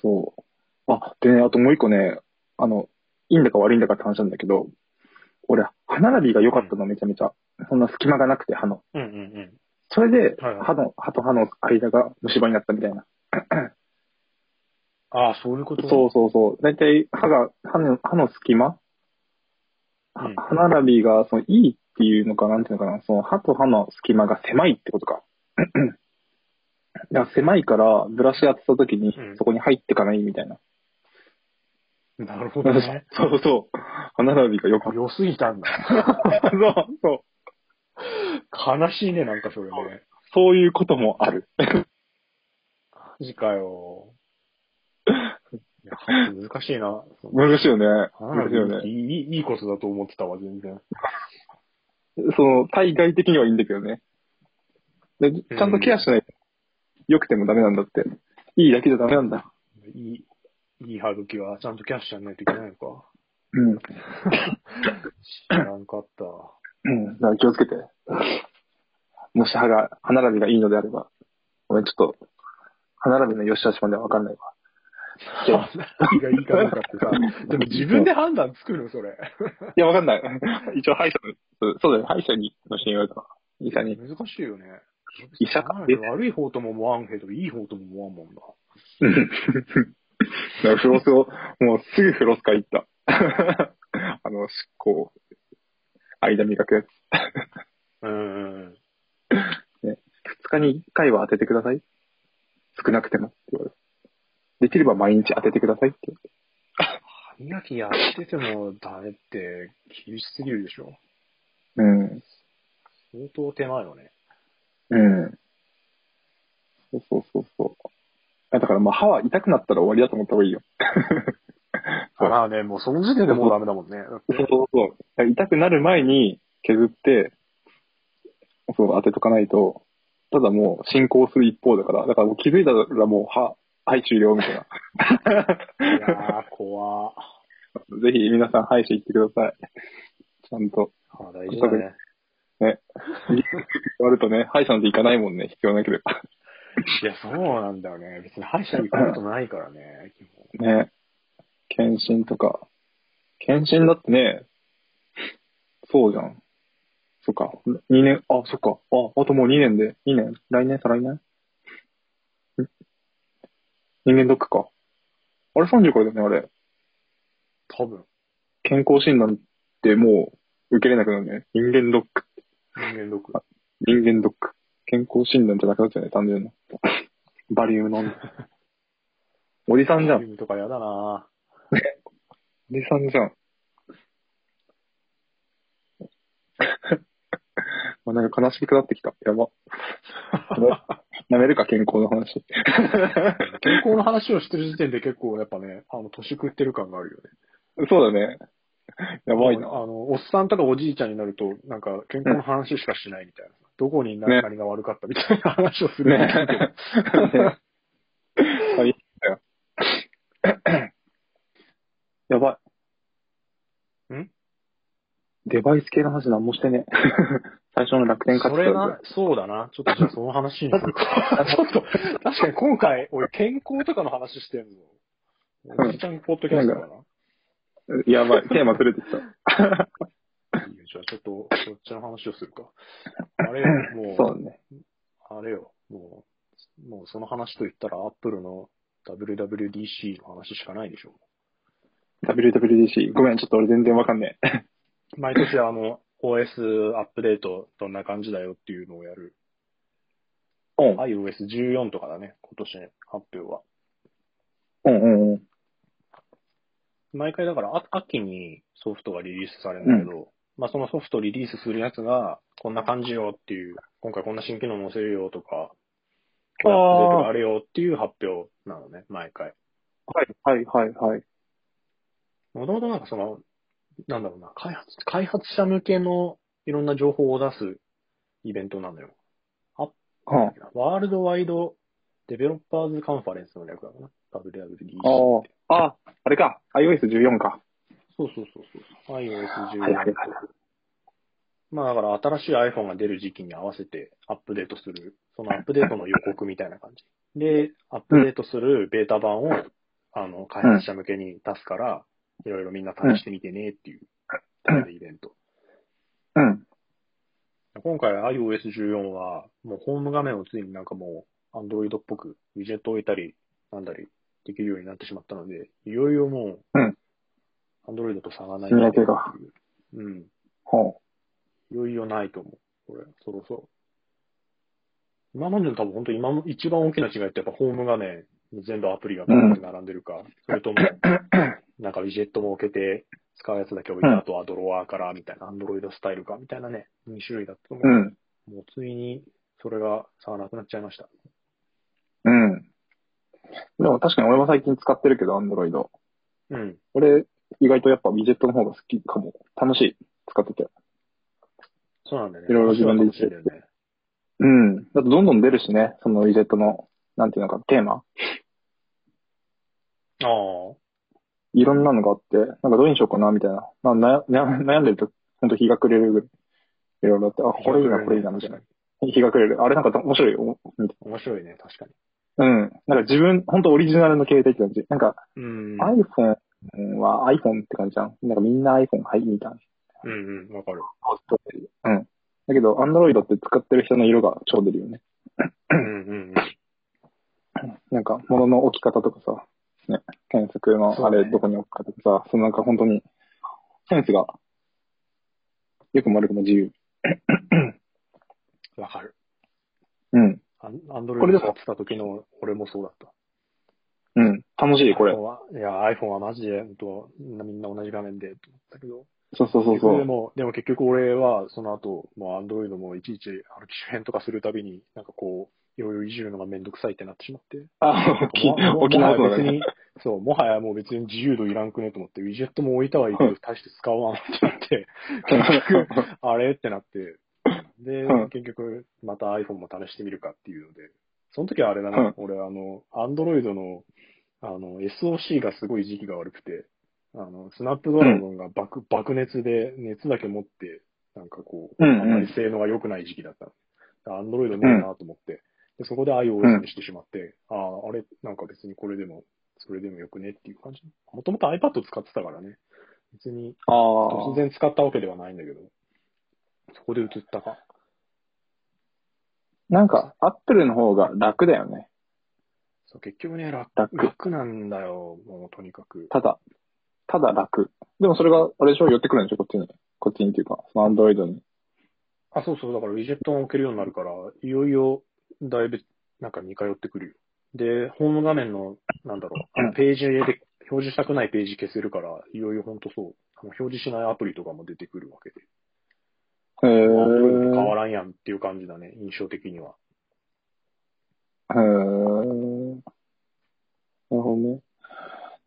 [SPEAKER 2] そう。あ、でね、あともう一個ね、あの、いいんだか悪いんだかって話なんだけど、俺、歯並びが良かったの、めちゃめちゃ。そんな隙間がなくて、歯の。
[SPEAKER 1] うんうん
[SPEAKER 2] それで、
[SPEAKER 1] はいはい
[SPEAKER 2] 歯の、歯と歯の間が虫歯になったみたいな。
[SPEAKER 1] うん。ああ、そういうこと
[SPEAKER 2] そうそうそう。だいたい歯が、歯の、歯の隙間、
[SPEAKER 1] うん
[SPEAKER 2] 歯並びが、その、いいっていうのか、なんていうのかな、その、歯と歯の隙間が狭いってことか。 だから狭いから、ブラシ当てた時に
[SPEAKER 1] うん、
[SPEAKER 2] そこに入ってかないみたいな。
[SPEAKER 1] なるほどね。
[SPEAKER 2] そうそう。歯並びがよかっ
[SPEAKER 1] 良すぎたんだ。
[SPEAKER 2] た。 そうそう。
[SPEAKER 1] 悲しいね、なんかそれね。
[SPEAKER 2] そういうこともある。
[SPEAKER 1] マジかよ。いや難しいな。その
[SPEAKER 2] 難しいよね。難しいよ
[SPEAKER 1] 花火
[SPEAKER 2] ね。
[SPEAKER 1] いいいいことだと思ってたわ、全然。
[SPEAKER 2] その、対外的にはいいんだけどね。でちゃんとケアしないと、良くてもダメなんだって。いいだけじゃダメなんだ。
[SPEAKER 1] いい、いい歯茎はちゃんとキャッシュしないといけないのか。
[SPEAKER 2] うん。
[SPEAKER 1] 知らんかった。
[SPEAKER 2] うん、だから気をつけて。もし歯が、歯並びがいいのであれば、ごめん、ちょっと、歯並びの良し悪しまでは分かんないわ。や
[SPEAKER 1] 何がいいかどうかってさ、でも自分で判断つくの、それ。
[SPEAKER 2] い や、分かんない。一応歯医者の、そうそうだよ、歯医者に、の人に言われたわ医者に。
[SPEAKER 1] 難しいよね。
[SPEAKER 2] 医者か
[SPEAKER 1] 悪い方とも思わんけど、いい方とも思わんもんな。
[SPEAKER 2] うんだからフロスを、もうすぐフロスから行った。 あの、執行、間磨くやつ。
[SPEAKER 1] うんうん。
[SPEAKER 2] 2日に1回は当ててください。少なくてもって言われてできれば毎日当ててくださいって言われて
[SPEAKER 1] 歯磨きやっててもダメって厳しすぎるでしょ。
[SPEAKER 2] うん。
[SPEAKER 1] 相当手前よね。
[SPEAKER 2] うん。そうそうそうそう。あだからまあ歯は痛くなったら終わりだと思った方がいいよ。そう
[SPEAKER 1] まあね、もうその時点でもうダメだもんね。だって
[SPEAKER 2] そうそうそう。痛くなる前に削って、そう、当てとかないと、ただもう進行する一方だから、だからもう気づいたらもう歯、はい終了みたいな。
[SPEAKER 1] いやー、怖
[SPEAKER 2] ぜひ皆さん歯医者行ってください。ちゃんと。
[SPEAKER 1] あ大事だね。
[SPEAKER 2] 終わるとね、歯医者なんて行かないもんね、必要なければ。
[SPEAKER 1] いや、そうなんだよね。別に歯医者行くことないからね、基本。
[SPEAKER 2] ね。検診とか。検診だってね、そうじゃん。そっか。2年、あ、そっか。あ、あともう2年で。2年来年再来年ん ?2 年どっかか。あれ30からだよね、あれ。
[SPEAKER 1] 多分。
[SPEAKER 2] 健康診断ってもう受けれなくなるね。人間ドック。
[SPEAKER 1] 人間ドック。
[SPEAKER 2] 人間ドック。健康診断じゃなくなっちゃうね、単純な。バリウム飲んで。おじさんじゃん。
[SPEAKER 1] ん。とかやだな
[SPEAKER 2] おじさんじゃん。 まあなんか悲しくなってきた。やば。 やめるか、健康の話。
[SPEAKER 1] 健康の話をしてる時点で結構やっぱね、あの、年食ってる感があるよね。
[SPEAKER 2] そうだね。やばい
[SPEAKER 1] あ
[SPEAKER 2] な。
[SPEAKER 1] の、おっさんとかおじいちゃんになると、なんか健康の話しかしないみたいな。どこに
[SPEAKER 2] ね
[SPEAKER 1] 何何が悪かったみたいな話をする。
[SPEAKER 2] ねはいだよ やばい。
[SPEAKER 1] ん
[SPEAKER 2] デバイス系の話何もしてね。 最初の楽天活
[SPEAKER 1] そ
[SPEAKER 2] 動
[SPEAKER 1] れな、そうだな。ちょっとじゃあその話 にするか。ちょっと、確かに今回、俺健康とかの話してんぞ。
[SPEAKER 2] ん
[SPEAKER 1] おじちゃんポッドキャストだな。
[SPEAKER 2] やばい。テーマずれてきた。
[SPEAKER 1] いいよじゃあちょっと、そっちの話をするか。あれよ、も
[SPEAKER 2] そうね。
[SPEAKER 1] あれよ、もう、もうその話と言ったら、アップルの WWDC の話しかないでしょ。
[SPEAKER 2] WWDC。ごめん、ちょっと俺全然わかんねえ。
[SPEAKER 1] 毎年あの、OS アップデートどんな感じだよっていうのをやる。
[SPEAKER 2] うん
[SPEAKER 1] iOS14 とかだね、今年ね発表は。
[SPEAKER 2] うんうんうん。
[SPEAKER 1] 毎回だから、あ秋にソフトがリリースされるんだけど、まあそのソフトリリースするやつが、こんな感じよっていう、今回こんな新機能載せるよとか、こういうアップデートがあるよっていう発表なのね、毎回。
[SPEAKER 2] はい、はい、はい、はい。
[SPEAKER 1] もともとなんかその、なんだろうな、開発、開発者向けのいろんな情報を出すイベントなのよ。
[SPEAKER 2] うん。
[SPEAKER 1] ワールドワイドデベロッパーズカンファレンスの略だもんな。WWDC。
[SPEAKER 2] ああ。あ、あれか。iOS14 か。
[SPEAKER 1] そうそうそうそう。iOS10。
[SPEAKER 2] はい、はい、はい。
[SPEAKER 1] まあだから新しい iPhone が出る時期に合わせてアップデートする。そのアップデートの予告みたいな感じ。で、アップデートするベータ版を、あの、開発者向けに出すから、いろいろみんな試してみてねっていう、イベント。
[SPEAKER 2] うん。
[SPEAKER 1] 今回 iOS14 は、もうホーム画面をついになんかもう、Android っぽく、ウィジェットを置いたり、なんだり、できるようになってしまったので、いよいよもう、
[SPEAKER 2] うん。
[SPEAKER 1] Android と差がない
[SPEAKER 2] 積み上げが。
[SPEAKER 1] うん。
[SPEAKER 2] ほ
[SPEAKER 1] いよいよないと思う。これ、そろそろ。今までの多分本当に今も一番大きな違いってやっぱホーム画面に全部アプリがバーって並んでるか、それとも、なんかウィジェットも置けて使うやつだけ置いて、
[SPEAKER 2] うん
[SPEAKER 1] あとはドロワーからみたいな、アンドロイドスタイルかみたいなね、2種類だったと思
[SPEAKER 2] う。うん。
[SPEAKER 1] う。もうついにそれが差がなくなっちゃいました。
[SPEAKER 2] うん。でも確かに俺も最近使ってるけど、Android。
[SPEAKER 1] うん。
[SPEAKER 2] 俺、意外とやっぱウィジェットの方が好きかも。楽しい。使ってて。
[SPEAKER 1] そうなんだよね。
[SPEAKER 2] いろいろ自分で
[SPEAKER 1] 楽しいんだよね。
[SPEAKER 2] うん。だとどんどん出るしね、そのウィジェットの、なんていうのか、テーマ。
[SPEAKER 1] ああ。
[SPEAKER 2] いろんなのがあって、なんかどうにしようかな、みたいな。まあ、悩悩んでると、ほんと日が暮れるぐらい。いろいろあって、あ、これいいな、これいいな、みたいな。日が暮れる。あれなんか面白いよ。見て
[SPEAKER 1] 面白いね、確かに。
[SPEAKER 2] うん。なんか自分、ほんとオリジナルの携帯って感じ。なんか
[SPEAKER 1] うん。
[SPEAKER 2] iPhone は iPhone って感じじゃん。なんかみんな iPhone はい、みたいな。
[SPEAKER 1] うんうん、わかる。
[SPEAKER 2] うん。だけど、Android って使ってる人の色がちょうどいいよね。
[SPEAKER 1] うんうんうん。
[SPEAKER 2] なんか、物の置き方とかさ、ね、検索のあ
[SPEAKER 1] そう
[SPEAKER 2] れ
[SPEAKER 1] ね
[SPEAKER 2] どこに置くかとかさ、そのなんか本当にセンスが、よくも悪くも自由。
[SPEAKER 1] わかる。
[SPEAKER 2] うん。
[SPEAKER 1] アンアンドロ
[SPEAKER 2] こ
[SPEAKER 1] イ
[SPEAKER 2] れ
[SPEAKER 1] ド
[SPEAKER 2] です
[SPEAKER 1] 使ってた時の俺もそうだった。
[SPEAKER 2] うん。楽しい、これ
[SPEAKER 1] iPhone。はいや、iPhone はマジで、ほんとみんなみんな同じ画面で、と思ったけど。
[SPEAKER 2] そうそうそう
[SPEAKER 1] 結局
[SPEAKER 2] そ
[SPEAKER 1] で
[SPEAKER 2] う。
[SPEAKER 1] も、でも結局俺は、その後、もう Android もいちいち、あの、機種変とかするたびに、なんかこう、いろいろいじるのがめんどくさいってなってしまって。
[SPEAKER 2] あ、沖
[SPEAKER 1] もう
[SPEAKER 2] 沖縄
[SPEAKER 1] も
[SPEAKER 2] と
[SPEAKER 1] は
[SPEAKER 2] だ
[SPEAKER 1] や別
[SPEAKER 2] ね。
[SPEAKER 1] に、そう、もはやもう別に自由度いらんくねと思って、ウィジェットも置いたはいいけど、大して使わんってな って、結局、あれってな って、で、
[SPEAKER 2] うん
[SPEAKER 1] 結局、また iPhone も試してみるかっていうので、その時はあれだな、
[SPEAKER 2] うん
[SPEAKER 1] 俺、あの、Android の、あの、SOC がすごい時期が悪くて、あの、スナップドラゴンが爆、爆熱で、熱だけ持って、なんかこう、
[SPEAKER 2] うんうん
[SPEAKER 1] あんまり性能が良くない時期だったの。アンドロイドねえなと思って、でそこで iOS にしてしまって、ああ、あれ、なんか別にこれでも、それでもよくねっていう感じ。もともと iPad 使ってたからね。別に
[SPEAKER 2] ああ。
[SPEAKER 1] 突然使ったわけではないんだけど、そこで映ったか。
[SPEAKER 2] なんか、アップルの方が楽だよね。
[SPEAKER 1] そう結局ね、楽
[SPEAKER 2] 楽
[SPEAKER 1] 楽なんだよ、もうとにかく。
[SPEAKER 2] ただ、ただ楽。でもそれが、あれでしょ寄ってくるんでしょこっちに。こっちにっていうか、そのアンドロイドに。
[SPEAKER 1] あ、そうそう、だからウィジェットが置けるようになるから、いよいよ、だいぶ、なんか似通ってくるよ。で、ホーム画面の、なんだろう、あのページで表示したくないページ消せるから、いよいよほんとそう、あの表示しないアプリとかも出てくるわけで。
[SPEAKER 2] へ
[SPEAKER 1] あ
[SPEAKER 2] え。
[SPEAKER 1] 変わ
[SPEAKER 2] へ
[SPEAKER 1] らんやんっていう感じだね、印象的には。
[SPEAKER 2] え。なるほどね。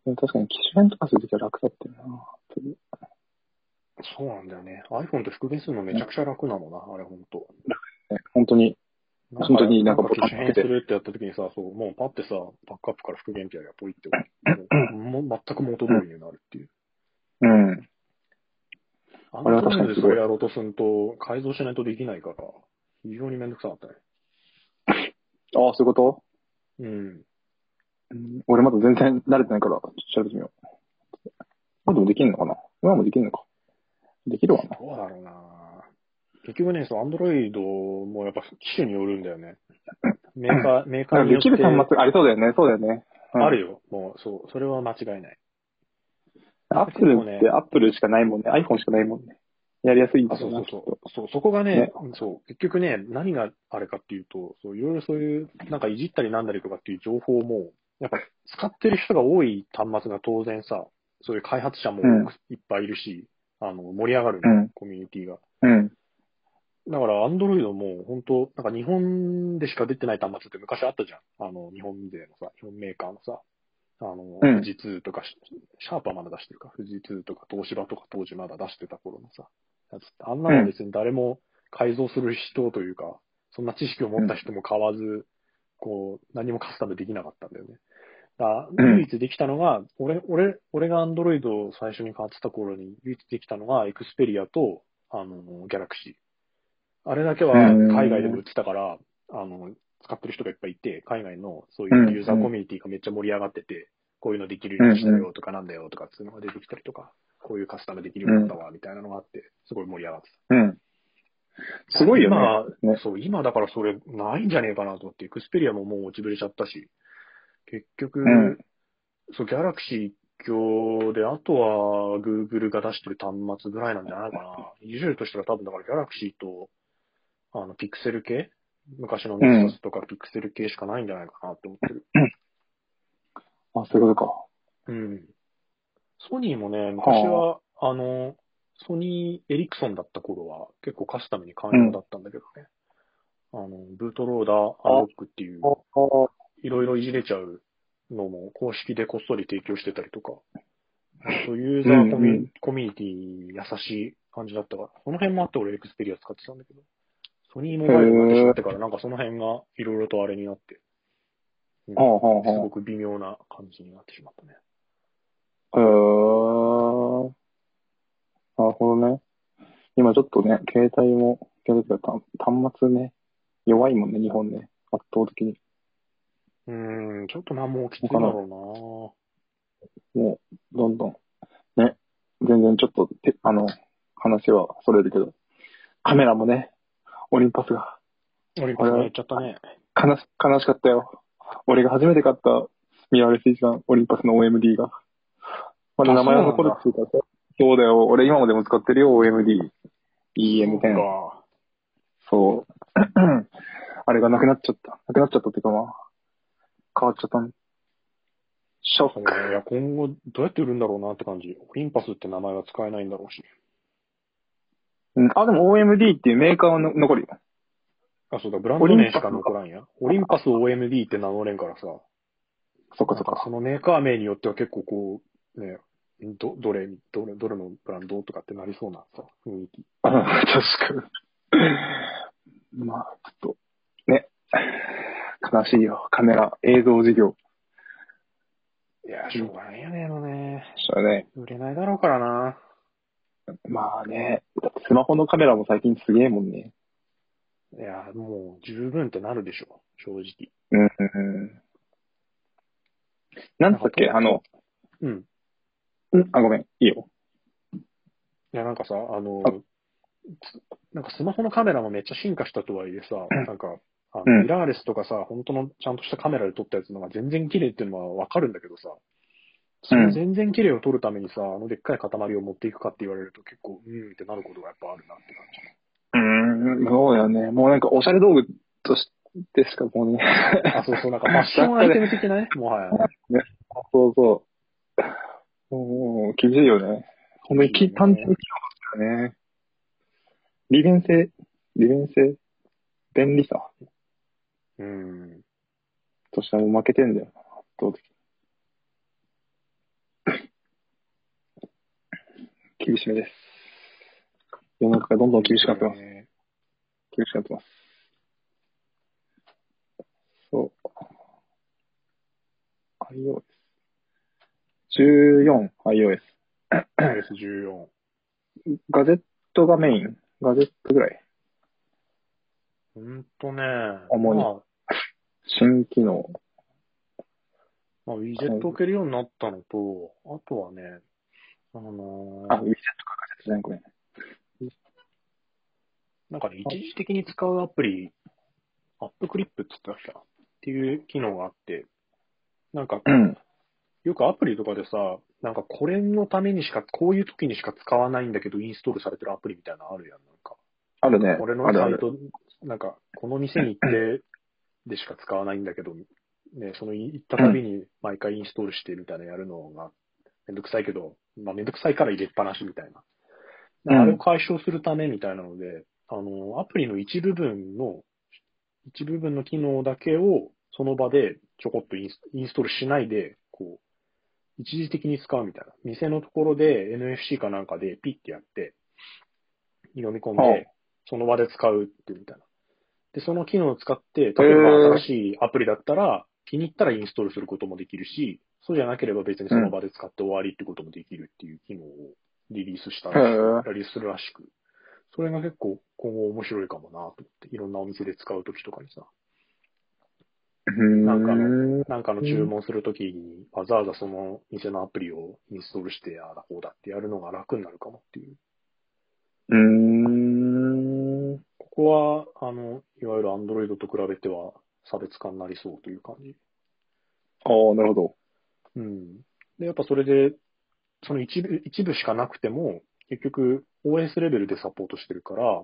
[SPEAKER 2] でも確かに、機種変とかするときは楽だったよな。
[SPEAKER 1] そうなんだよね。iPhone って復元するのめちゃくちゃ楽なのな、あれほんと。
[SPEAKER 2] ね本当に。
[SPEAKER 1] なんか
[SPEAKER 2] 本当になんか
[SPEAKER 1] なんか
[SPEAKER 2] ボタン
[SPEAKER 1] 機種変するってやった時にさ、そう、もうパッてさ、バックアップから復元ってやりゃポイって、 もうもう全く元通りになるっていう。
[SPEAKER 2] うん。
[SPEAKER 1] あ
[SPEAKER 2] れ
[SPEAKER 1] の
[SPEAKER 2] は確か
[SPEAKER 1] 時
[SPEAKER 2] に
[SPEAKER 1] ですそ
[SPEAKER 2] ごい
[SPEAKER 1] れやろうとすると、改造しないとできないから、非常にめんどくさかったね。
[SPEAKER 2] ああ、そういうこと、
[SPEAKER 1] うん。
[SPEAKER 2] うん、俺まだ全然慣れてないから、ちょっと調べてみよう。今でもできんのかな今もできんのか。できるわな。
[SPEAKER 1] どうだろうな結局ね、そう、アンドロイドもやっぱ機種によるんだよね。メーカー、メーカー
[SPEAKER 2] なん
[SPEAKER 1] によっ
[SPEAKER 2] かで
[SPEAKER 1] て
[SPEAKER 2] きる端末がありそうだよね。そうだよね。うん
[SPEAKER 1] あるよ。もう、そう、それは間違いない。
[SPEAKER 2] アップルってアップルしかないもんね。iPhone しかないもんね。やりやすいん
[SPEAKER 1] あ
[SPEAKER 2] だ
[SPEAKER 1] そ
[SPEAKER 2] よ
[SPEAKER 1] うそう
[SPEAKER 2] なきっ
[SPEAKER 1] そ
[SPEAKER 2] と
[SPEAKER 1] う。そう、そこがね、
[SPEAKER 2] ね
[SPEAKER 1] そう、結局ね、何があれかっていうと、そう、いろいろそういう、なんかいじったりなんだりとかっていう情報も、やっぱ使ってる人が多い端末が当然さ、そういう開発者も
[SPEAKER 2] うん
[SPEAKER 1] 多くいっぱいいるし、あの、盛り上がる
[SPEAKER 2] う
[SPEAKER 1] ね、
[SPEAKER 2] ん。
[SPEAKER 1] コミュニティが。
[SPEAKER 2] うん。
[SPEAKER 1] だから、アンドロイドも、本当なんか日本でしか出てない端末って昔あったじゃん。あの、日本勢のさ、日本メーカーのさ、あの、
[SPEAKER 2] うん
[SPEAKER 1] 富士通とか、シャープはまだ出してるか、富士通とか東芝とか当時まだ出してた頃のさ、やつってあんなの別に誰も改造する人というか、そんな知識を持った人も買わず、こう、何もカスタムできなかったんだよね。だ
[SPEAKER 2] うん
[SPEAKER 1] 唯一できたのが、俺、俺、俺が Android を最初に買ってた頃に唯一できたのが、エクスペリアと、あの、ギャラクシー。あれだけは
[SPEAKER 2] うん
[SPEAKER 1] 海外でも売ってたから、あの、使ってる人がいっぱいいて、海外のそういうユーザーコミュニティがめっちゃ盛り上がってて、こういうのできるようにしたよとかなんだよとかっていうのが出てきたりとか、こういうカスタムできるようになったわ、みたいなのがあって、すごい盛り上がってた。
[SPEAKER 2] うん。すごいよね
[SPEAKER 1] 今、
[SPEAKER 2] ね
[SPEAKER 1] そう、今だからそれないんじゃねえかなと思って、エクスペリアももう落ちぶれちゃったし、結局、
[SPEAKER 2] うん
[SPEAKER 1] そう、ギャラクシー一強で、あとは Google が出してる端末ぐらいなんじゃないかな。いじるとしたら多分だからギャラクシーと、あの、ピクセル系昔のネクサスとかピクセル系しかないんじゃないかなって思ってる。
[SPEAKER 2] あ、そういうこと
[SPEAKER 1] うん。ソニーもね、昔は、あの、ソニーエリクソンだった頃は結構カスタムに寛容だったんだけどね。あの、ブートローダー、アロックっていう、
[SPEAKER 2] か。
[SPEAKER 1] いろいろいじれちゃうのも公式でこっそり提供してたりとか、そうユーザーコミ,、
[SPEAKER 2] うんうん
[SPEAKER 1] コミュニティに優しい感じだったから、その辺もあって俺エクスペリア使ってたんだけど、ソニーモバイルになってしまってからなんかその辺がいろいろとあれになって、うん
[SPEAKER 2] ああ、は
[SPEAKER 1] す
[SPEAKER 2] あ、は
[SPEAKER 1] ごく微妙な感じになってしまったね。
[SPEAKER 2] あ。へーなるほどね。今ちょっとね、携帯も、携帯というか端末ね、弱いもんね、日本ね。圧倒的に。
[SPEAKER 1] うーん、ちょっとな、もうきついだろ
[SPEAKER 2] もう、どんどん。ね。全然ちょっと、てあの、話はそれるけど。カメラもね、オリンパスが。
[SPEAKER 1] うな。オリンピックもやっちゃったね。
[SPEAKER 2] 悲し、悲しかったよ。俺が初めて買ったミラーレス一眼、オリンパスの OMD が。まだ名前は残るっていうか、そうだよ。俺今までも使ってるよ、OMD。
[SPEAKER 1] そう
[SPEAKER 2] EM10。
[SPEAKER 1] か
[SPEAKER 2] そう。 あれがなくなっちゃった。なくなっちゃったっていうかまあ、変わっちゃったね。ショッ
[SPEAKER 1] そ
[SPEAKER 2] ク
[SPEAKER 1] う。ねいや、今後どうやって売るんだろうなって感じ。オリンパスって名前は使えないんだろうし。
[SPEAKER 2] うんあ、でも OMD っていうメーカーはの残るよ。
[SPEAKER 1] あ、そうだ、ブランド名しか残らんや。オリンパス OMD って名乗れんからさ。
[SPEAKER 2] そっかそっ
[SPEAKER 1] なんか
[SPEAKER 2] か
[SPEAKER 1] そ。のメーカー名によっては結構こう、ね、ど、どれ、どれ、どれのブランドとかってなりそうなさ、雰囲気。
[SPEAKER 2] あ確かに。 まあ、ちょっと、ね。悲しいよ。カメラ、映像事業。
[SPEAKER 1] いや、しょうがないよね、あのね。
[SPEAKER 2] そうね。
[SPEAKER 1] 売れないだろうからな。
[SPEAKER 2] まあね。だってスマホのカメラも最近すげえもんね。
[SPEAKER 1] いや、もう十分ってなるでしょ、正直。
[SPEAKER 2] うんうん。なんつったっけあの、
[SPEAKER 1] うん。
[SPEAKER 2] うんあ、ごめん。いいよ。
[SPEAKER 1] いや、なんかさ、あの
[SPEAKER 2] あ、
[SPEAKER 1] つなんかスマホのカメラもめっちゃ進化したとはいえさ、なんか、あ
[SPEAKER 2] う
[SPEAKER 1] の
[SPEAKER 2] ん
[SPEAKER 1] ミラーレスとかさ、本当のちゃんとしたカメラで撮ったやつのが全然綺麗っていうのはわかるんだけどさ、その全然綺麗を撮るためにさ、あのでっかい塊を持っていくかって言われると結構、うーんってなることがやっぱあるなって感じ。
[SPEAKER 2] うん、そうよね。もうなんか、おしゃれ道具としてしかもうね。
[SPEAKER 1] あ、そうそう、なんかファッションアイテム的なね、もはや。
[SPEAKER 2] そうそう。もう、厳しいよね。ほんとにき、単純に機能だよね。利便性、利便性、便利さ
[SPEAKER 1] うん。
[SPEAKER 2] としてはもう負けてんだよな。圧倒的に 厳しめです。世の中がどんどん厳しくなってます。
[SPEAKER 1] ね。
[SPEAKER 2] 厳しくなってます。そう。iOS。14、iOS。
[SPEAKER 1] iOS14。
[SPEAKER 2] ガジェットがメイン。ガジェットぐらい。
[SPEAKER 1] ほんとね。
[SPEAKER 2] 主に
[SPEAKER 1] まあ
[SPEAKER 2] 新機能。
[SPEAKER 1] まあ、ウィジェット置けるようになったのと、あとはね、あのー
[SPEAKER 2] あ、ウィジェットかガジェットじゃない、ごめん。
[SPEAKER 1] なんかね、一時的に使うアプリ、アップクリップって言ってたっけなっていう機能があって、なんか、
[SPEAKER 2] うん。
[SPEAKER 1] よくアプリとかでさ、なんかこれのためにしか、こういう時にしか使わないんだけど、インストールされてるアプリみたいなのあるやん、なんか。
[SPEAKER 2] あるね。
[SPEAKER 1] 俺の
[SPEAKER 2] あるあ
[SPEAKER 1] サイ
[SPEAKER 2] る。
[SPEAKER 1] ト、なんか、この店に行ってでしか使わないんだけど、ね、その行ったたびに毎回インストールしてみたいなやるのがめんどくさいけど、まあめんどくさいから入れっぱなしみたいな。
[SPEAKER 2] うん
[SPEAKER 1] あれを解消するためみたいなので、あの、アプリの一部分の、一部分の機能だけをその場でちょこっとインスインストールしないで、こう、一時的に使うみたいな。店のところで NFC かなんかでピッてやって、読み込ん
[SPEAKER 2] はあ
[SPEAKER 1] で、その場で使うっていうみたいな。で、その機能を使って、例えば新しいアプリだったら、気に入ったらインストールすることもできるし、そうじゃなければ別にその場で使って終わりってこともできるっていう機能をリリースしたらしい
[SPEAKER 2] へー
[SPEAKER 1] リリースするらしく。それが結構今後面白いかもなと思って、いろんなお店で使うときとかにさ、なんかあ
[SPEAKER 2] うーん。
[SPEAKER 1] なんかの注文するときにわざわざその店のアプリをインストールして、ああだこうだってやるのが楽になるかもっていう。
[SPEAKER 2] うーん。
[SPEAKER 1] ここは、あの、いわゆる Android と比べては差別化になりそうという感じ。
[SPEAKER 2] ああ、なるほ
[SPEAKER 1] う
[SPEAKER 2] ど。
[SPEAKER 1] ん。で、やっぱそれで、その一部、一部しかなくても、結局 OS レベルでサポートしてるから、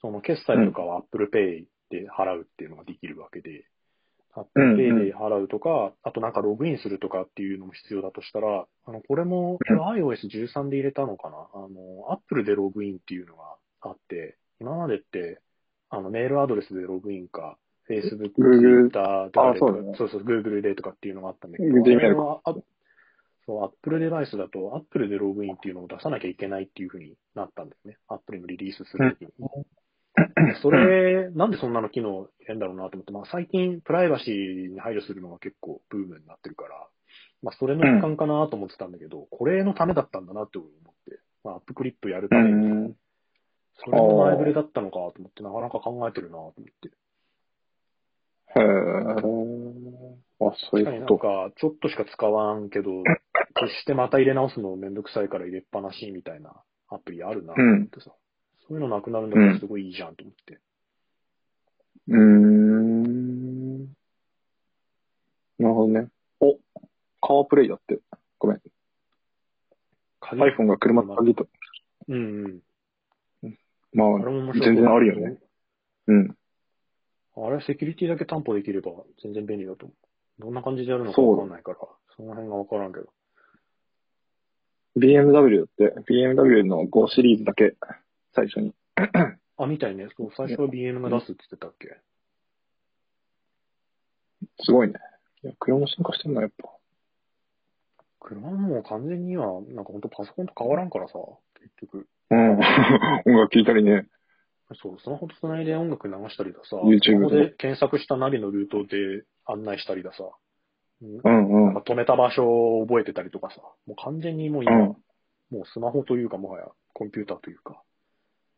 [SPEAKER 1] その決済とかは Apple Pay で払うっていうのができるわけで、
[SPEAKER 2] うん
[SPEAKER 1] Apple Pay で払うとか、あとなんかログインするとかっていうのも必要だとしたら、あの、これも
[SPEAKER 2] うん
[SPEAKER 1] iOS13 で入れたのかなあの、Apple でログインっていうのがあって、今までって、あの、メールアドレスでログインか、Facebook、
[SPEAKER 2] Google
[SPEAKER 1] Twitter とか
[SPEAKER 2] あ
[SPEAKER 1] で
[SPEAKER 2] そうだね
[SPEAKER 1] そうそう、Google でとかっていうのがあったんだけど、
[SPEAKER 2] Gmail
[SPEAKER 1] あれはあそう、Apple デバイスだと、Apple でログインっていうのを出さなきゃいけないっていうふうになったんだよね。Apple のリリースする ときに。それ、なんでそんなの機能入れんだろうなと思って、まあ最近プライバシーに配慮するのが結構ブームになってるから、まあそれの一環かなと思ってたんだけど、これのためだったんだなって思って、まあアップクリップやる
[SPEAKER 2] う
[SPEAKER 1] ために、
[SPEAKER 2] ん。
[SPEAKER 1] それの前触れだったのかと思って、なかなか考えてるなと思って。
[SPEAKER 2] へえ。あ、そ
[SPEAKER 1] 確
[SPEAKER 2] う
[SPEAKER 1] かに
[SPEAKER 2] い
[SPEAKER 1] な
[SPEAKER 2] うんことか。
[SPEAKER 1] か、ちょっとしか使わんけど、決してまた入れ直すのめんどくさいから入れっぱなしみたいなアプリあるなと思ってさ、そういうのなくなるんだったらすごいいいじゃんと思って。
[SPEAKER 2] うーん。なるほどね。お、カープレイだって。ごめん。
[SPEAKER 1] 鍵
[SPEAKER 2] iPhone が車の鍵と。
[SPEAKER 1] うんうん。
[SPEAKER 2] まあ
[SPEAKER 1] あれも面、白い。
[SPEAKER 2] 全然あるよね。。うん。
[SPEAKER 1] あれ、セキュリティだけ担保できれば全然便利だと思う。どんな感じでやるのか
[SPEAKER 2] そう
[SPEAKER 1] わかんないから、その辺がわからんけど。
[SPEAKER 2] BMW だって、BMW の5シリーズだけ、最初に。
[SPEAKER 1] あ、みたいね。そう、最初は BM が出すって言ってたっけ、
[SPEAKER 2] すごいね。いや、車も進化してんな、やっぱ。
[SPEAKER 1] 車ももう完全には、なんかほんとパソコンと変わらんからさ、結局。
[SPEAKER 2] うん。 音楽聴いたりね。
[SPEAKER 1] そう、スマホと繋いで音楽流したりださ、
[SPEAKER 2] YouTube
[SPEAKER 1] スマホで検索したナビのルートで案内したりださ、うん
[SPEAKER 2] うんう
[SPEAKER 1] なん
[SPEAKER 2] ん。
[SPEAKER 1] か止めた場所を覚えてたりとかさ、もう完全にもう
[SPEAKER 2] う
[SPEAKER 1] 今、
[SPEAKER 2] ん。
[SPEAKER 1] もうスマホというかもはやコンピューターというか、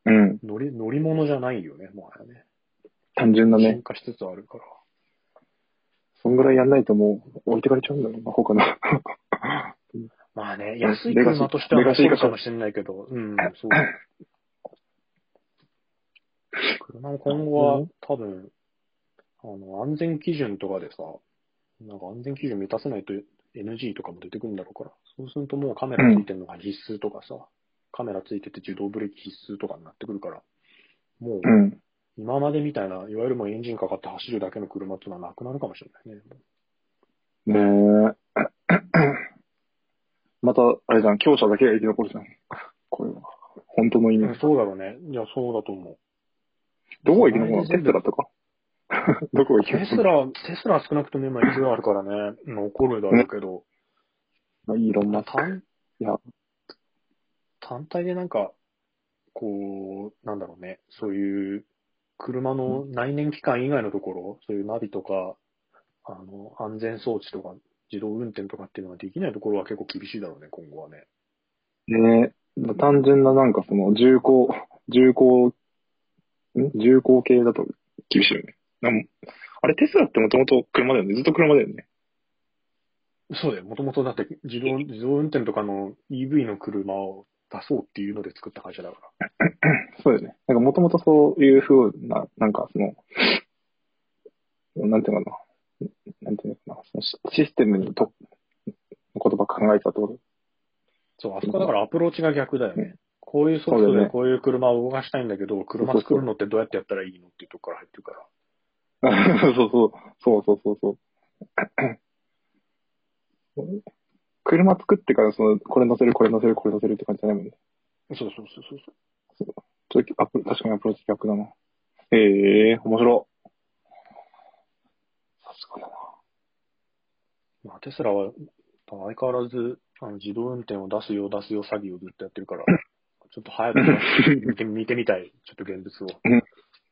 [SPEAKER 2] うん。
[SPEAKER 1] 乗り乗り物じゃないよね、もはやね。
[SPEAKER 2] 単純だね
[SPEAKER 1] 進。化しつつあるから。
[SPEAKER 2] そんぐらいやんないともう置いてかれちゃうんだろうな、他の。
[SPEAKER 1] まあね、
[SPEAKER 2] ん
[SPEAKER 1] 安い
[SPEAKER 2] レガシ
[SPEAKER 1] 車
[SPEAKER 2] ー
[SPEAKER 1] としては
[SPEAKER 2] レガシー
[SPEAKER 1] 残る
[SPEAKER 2] か
[SPEAKER 1] かもしれないけど、うん、そう。車も今後
[SPEAKER 2] う
[SPEAKER 1] は
[SPEAKER 2] ん
[SPEAKER 1] 多分、あの、安全基準とかでさ、なんか安全基準満たせないと NG とかも出てくるんだろうから、そうするともうカメラついてるのが必須とかさ、カメラついてて自動ブレーキ必須とかになってくるから、もう
[SPEAKER 2] うん。
[SPEAKER 1] 今までみたいな、いわゆるもうエンジンかかって走るだけの車っていうのはなくなるかもしれないね。
[SPEAKER 2] ねえ。 また、あれじゃん、強者だけが生き残るじゃん。これは。本当の意味。
[SPEAKER 1] そうだろうね。いや、そうだと思う。
[SPEAKER 2] どこが生き残るのテスラとか。 どこが生き
[SPEAKER 1] テス
[SPEAKER 2] 残る
[SPEAKER 1] ラ、テスラは少なくとも今勢いあるからね、うん怒るだろうけど、
[SPEAKER 2] のイーロン
[SPEAKER 1] まあ、
[SPEAKER 2] マスク。
[SPEAKER 1] 単、
[SPEAKER 2] いや
[SPEAKER 1] 単体でなんか、こう、なんだろうね、そういう、車の内燃機関以外のところ、そういうナビとか、あの、安全装置とか、自動運転とかっていうのができないところは結構厳しいだろうね、今後はね。
[SPEAKER 2] ねえ。単純ななんかその、重厚、重厚、ん重厚系だと厳しいよね。なんあれ、テスラってもともと車だよね。ずっと車だよね。
[SPEAKER 1] そうだよ、もともとだって自動、自動運転とかの EV の車を出そうっていうので作った会社だから。
[SPEAKER 2] そうだよね。なんかもともとそういう風な、なんかその、なんていうのかな。なんていうのかな。そのシシステムにと、言葉考えてたってこと
[SPEAKER 1] そう、あそこだからアプローチが逆だよね。こういうソフ
[SPEAKER 2] そう
[SPEAKER 1] ト
[SPEAKER 2] だよ
[SPEAKER 1] で
[SPEAKER 2] ね
[SPEAKER 1] こういう車を動かしたいんだけど、車
[SPEAKER 2] そうそう
[SPEAKER 1] 作るのってどうやってやったらいいのっていうところから入ってるから。
[SPEAKER 2] そうそう、そうそうそうそう。車作ってから、その、これ乗せる、これ乗せる、これ乗せるって感じじゃないもんね。
[SPEAKER 1] そうそうそうそうそ
[SPEAKER 2] ちょっとアプ確かにアプローチ逆だな。ええ面白い。さすがだな。
[SPEAKER 1] う。まあ、テスラは相変わらずあの自動運転を出すよ、出すよ詐欺をずっとやってる から、ちょっと早く見て見てみたい、ちょっと現物を。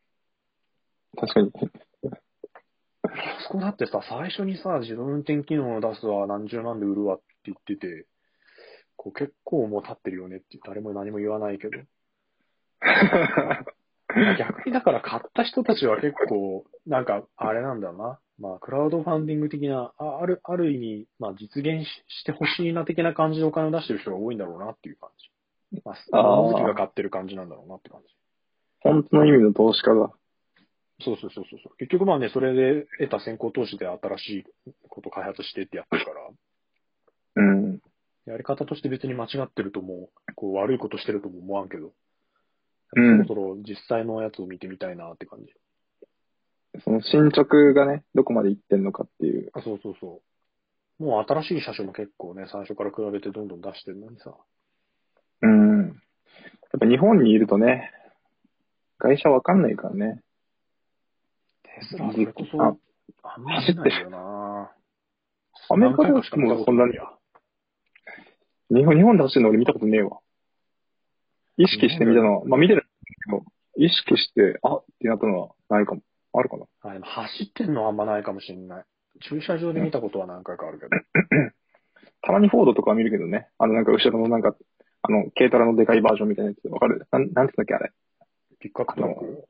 [SPEAKER 2] 確かに。
[SPEAKER 1] あそこだってさ、最初にさ、自動運転機能を出すわ、何十万で売るわって言ってて、こう結構もう経ってるよねって、誰も何も言わないけど。 逆にだから買った人たちは結構、なんか、あれなんだよな。まあ、クラウドファンディング的な、あある、ある意味、まあ、実現ししてほしいな的な感じでお金を出してる人が多いんだろうなっていう感じ。まあ、
[SPEAKER 2] あー
[SPEAKER 1] 物好きが買ってる感じなんだろうなって感じ。
[SPEAKER 2] 本当の意味の投資家だ。
[SPEAKER 1] そうそうそうそうそう。結局まあね、それで得た先行投資で新しいこと開発してってやってるから、
[SPEAKER 2] うん。
[SPEAKER 1] やり方として別に間違ってるとも、こう悪いことしてるとも思わんけど、
[SPEAKER 2] うん
[SPEAKER 1] そろそろ実際のやつを見てみたいなって感じ。
[SPEAKER 2] その進捗がね、どこまでいってんのかっていう。
[SPEAKER 1] あ、そうそうそう。もう新しい車種も結構ね、最初から比べてどんどん出してるのにさ。
[SPEAKER 2] うん。やっぱ日本にいるとね、会社わかんないからね。
[SPEAKER 1] テスラ、それこそ、あんまりないよな
[SPEAKER 2] アメリカではもうそんなに日本、日本で走るの俺見たことねえわ。意識してみたのは、まあ見てるけど、意識して、あってなったのはないかも。あるかな。
[SPEAKER 1] あでも走ってんのはあんまないかもしれない。駐車場で見たことは何回かあるけど。
[SPEAKER 2] たまにフォードとかは見るけどね。あのなんか後ろのなんか、あの、軽トラのでかいバージョンみたいなやつ。わかるなん、なんつったっけあれ。
[SPEAKER 1] ピックアップトラック。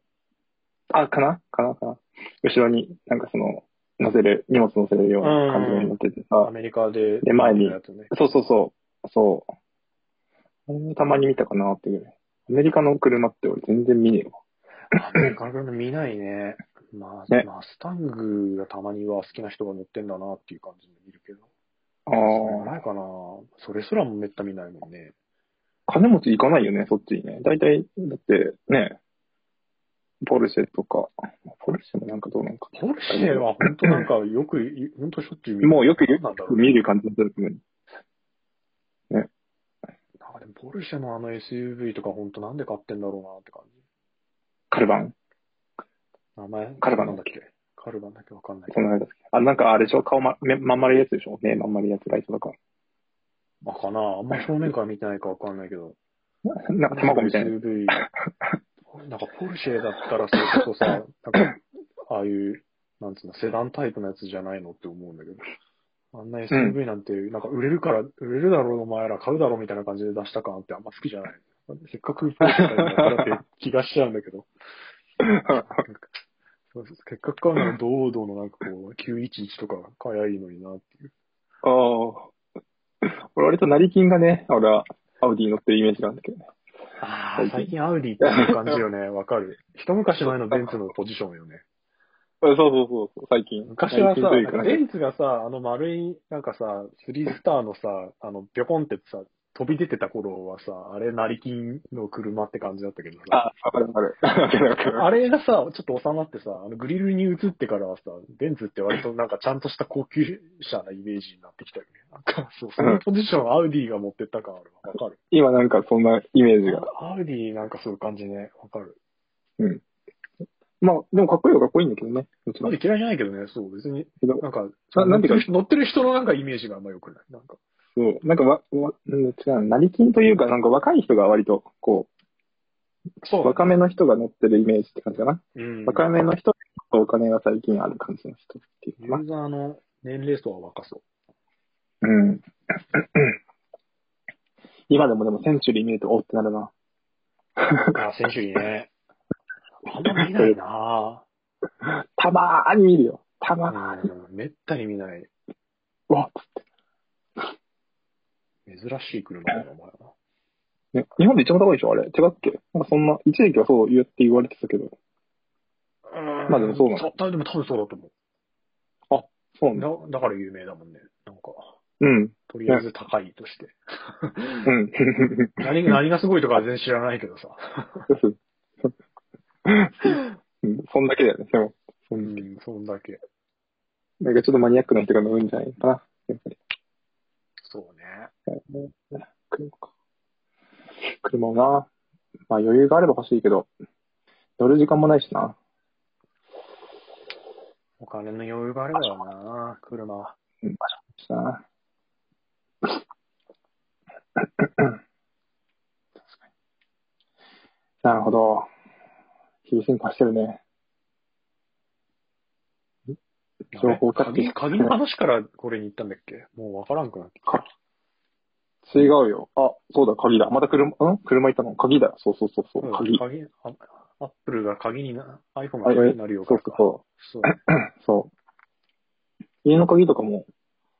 [SPEAKER 2] あ、かなかなかな後ろになんかその、乗せる、荷物乗せるような感じになってて
[SPEAKER 1] ア
[SPEAKER 2] さ。
[SPEAKER 1] メリカで。
[SPEAKER 2] で前に
[SPEAKER 1] やつね
[SPEAKER 2] そうそうそう。そう。たまに見たかなっていうぐらい。アメリカの車って俺全然見ねえわ。
[SPEAKER 1] アメリカの車見ないね。まあ、
[SPEAKER 2] ね
[SPEAKER 1] マスタングがたまには好きな人が乗ってんだなっていう感じで見るけど。
[SPEAKER 2] あ
[SPEAKER 1] そんな
[SPEAKER 2] あ、
[SPEAKER 1] ないかな。それすらもめった見ないもんね。
[SPEAKER 2] 金持ち行かないよね、そっちにね。大体、だってね、ポルシェとか、ポルシェもなんかどうなんか。
[SPEAKER 1] ポルシェは本当なんかよく、本当しょっちゅう見る。
[SPEAKER 2] もうよく
[SPEAKER 1] なんだろう。
[SPEAKER 2] 見る感じだったけど、
[SPEAKER 1] なんかでもポルシェのあの SUV とか本当なんで買ってんだろうなって感じ。
[SPEAKER 2] カルバン、
[SPEAKER 1] 名前
[SPEAKER 2] カルバン
[SPEAKER 1] なんだっけカルバンだっけわかんないけ
[SPEAKER 2] この間あ、なんかあれでしょ顔ま、めまん丸いやつでしょ目まん丸いやつ、ライトとか。
[SPEAKER 1] ど。あ、かなあんま正面から見てないかわかんないけど。
[SPEAKER 2] なんか卵みたいな。
[SPEAKER 1] SUV。なんかポルシェだったらそれこそ さ、なんか、ああいう、なんつうの、セダンタイプのやつじゃないのって思うんだけど。あんな SUV なんて、なんか売れるから、売れるだろうお前ら買うだろうみたいな感じで出した感ってあんま好きじゃない。せっかくポルシェだからって気がしちゃうんだけど。 なんかそうそうせっかく買うなら堂々のなんかこう、911とか買えばいいのになっていう。
[SPEAKER 2] ああ。 俺割と成金がね、俺はアウディ乗ってるイメージなんだけどね。
[SPEAKER 1] あ
[SPEAKER 2] ー
[SPEAKER 1] 最近アウディっていう感じよね。わかる。一昔前のベンツのポジションよね。
[SPEAKER 2] そうそうそうそう、最近。
[SPEAKER 1] 昔はさ、
[SPEAKER 2] 最近というか
[SPEAKER 1] ベンツがさ、あの丸い、なんかさ、スリースターのさ、あの、ぴょこんってさ、飛び出てた頃はさ、あれ、成金の車って感じだったけどさ。
[SPEAKER 2] あ、わかるわかる。わかるわかる。
[SPEAKER 1] あれがさ、ちょっと収まってさ、あのグリルに移ってからはさ、ベンツって割となんかちゃんとした高級車なイメージになってきたよね。なんか、そう、そのポジションアウディが持ってった感あるわ。わかる。
[SPEAKER 2] 今なんかそんなイメージが。
[SPEAKER 1] アウディなんかそういう感じね。わかる。
[SPEAKER 2] まあ、でもかっこいいよかっこいいんだけどね。もち
[SPEAKER 1] ア
[SPEAKER 2] ろ
[SPEAKER 1] ウ
[SPEAKER 2] ん
[SPEAKER 1] ディ嫌いじゃないけどね、そう、別に。
[SPEAKER 2] けど
[SPEAKER 1] なんか、
[SPEAKER 2] ななんていうか
[SPEAKER 1] 乗ってる人のなんかイメージがあんま良くない。なんか。
[SPEAKER 2] そう。なんかわ、わ、うん違う。成金というか、なんか若い人が割と、こ、
[SPEAKER 1] そううだね。
[SPEAKER 2] 若めの人が乗ってるイメージって感じかな。
[SPEAKER 1] うん。
[SPEAKER 2] 若めの人とお金が最近ある感じの人っていう
[SPEAKER 1] ユ
[SPEAKER 2] かな
[SPEAKER 1] ー。ザーの年齢層は若そう。
[SPEAKER 2] うん。 今でもでもセンチュリー見ると、おってなるな。
[SPEAKER 1] あ、選手にね。あんま見ないな
[SPEAKER 2] たまーに見るよ。たまーに。
[SPEAKER 1] ぁ。うん、めったに見ない。
[SPEAKER 2] うわっつって。
[SPEAKER 1] 珍しい車だな、お前は。
[SPEAKER 2] ね、日本で一番高いでしょあれ。違うっけなんかそんな、一時期はそう言って言われてたけど。まあでもそうなの
[SPEAKER 1] の。たでも多分そうだと思
[SPEAKER 2] そうなんだ。
[SPEAKER 1] う。だだから有名だもんね。なんか、
[SPEAKER 2] うん。
[SPEAKER 1] とりあえず高いとして。
[SPEAKER 2] うん。
[SPEAKER 1] 何が何がすごいとかは全然知らないけどさ。
[SPEAKER 2] うん そんだけだよね。でも、
[SPEAKER 1] う、
[SPEAKER 2] うん
[SPEAKER 1] そんだけ。
[SPEAKER 2] なんかちょっとマニアックな人が乗るんじゃないかな。やっぱり。
[SPEAKER 1] そうね。
[SPEAKER 2] 車か。車もな。まあ余裕があれば欲しいけど、乗る時間もないしな。
[SPEAKER 1] お金の余裕があればよな、車は。
[SPEAKER 2] し ななるほど。日々進化してるね。情報化
[SPEAKER 1] 鍵鍵の話からこれに行ったんだっけもうわからんくなってきた。
[SPEAKER 2] 違うよ。あ、そうだ、鍵だ。また車、ん車行ったの鍵だ。そうそうそうそう、鍵。
[SPEAKER 1] 鍵あアップルが鍵にな、iPhone が
[SPEAKER 2] あ
[SPEAKER 1] 鍵になるよ
[SPEAKER 2] そうそうそ
[SPEAKER 1] そ
[SPEAKER 2] う。
[SPEAKER 1] う。
[SPEAKER 2] そう。家の鍵とかも、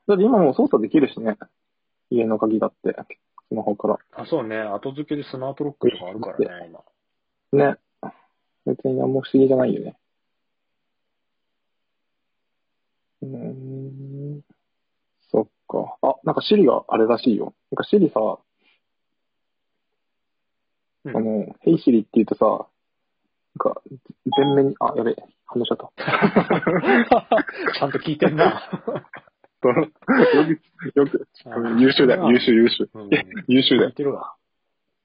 [SPEAKER 2] だって今もう操作できるしね。家の鍵だって、スマホから。
[SPEAKER 1] あ、そうね。後付けでスマートロックとかあるからね、今。
[SPEAKER 2] ね。別に何も不思議じゃないよね。うーん。そっか。あ、なんかシリがあれらしいよ。なんかシリさ、
[SPEAKER 1] うん
[SPEAKER 2] あの、ヘイシリって言うとさ、なんか、全面に、あ、やべえ、反応しちゃった。
[SPEAKER 1] ちゃんと聞いてんな。
[SPEAKER 2] よく、よく、 優秀だよ、優秀、優秀。
[SPEAKER 1] うん。
[SPEAKER 2] 優秀だ
[SPEAKER 1] 聞
[SPEAKER 2] よ
[SPEAKER 1] い。てるわ。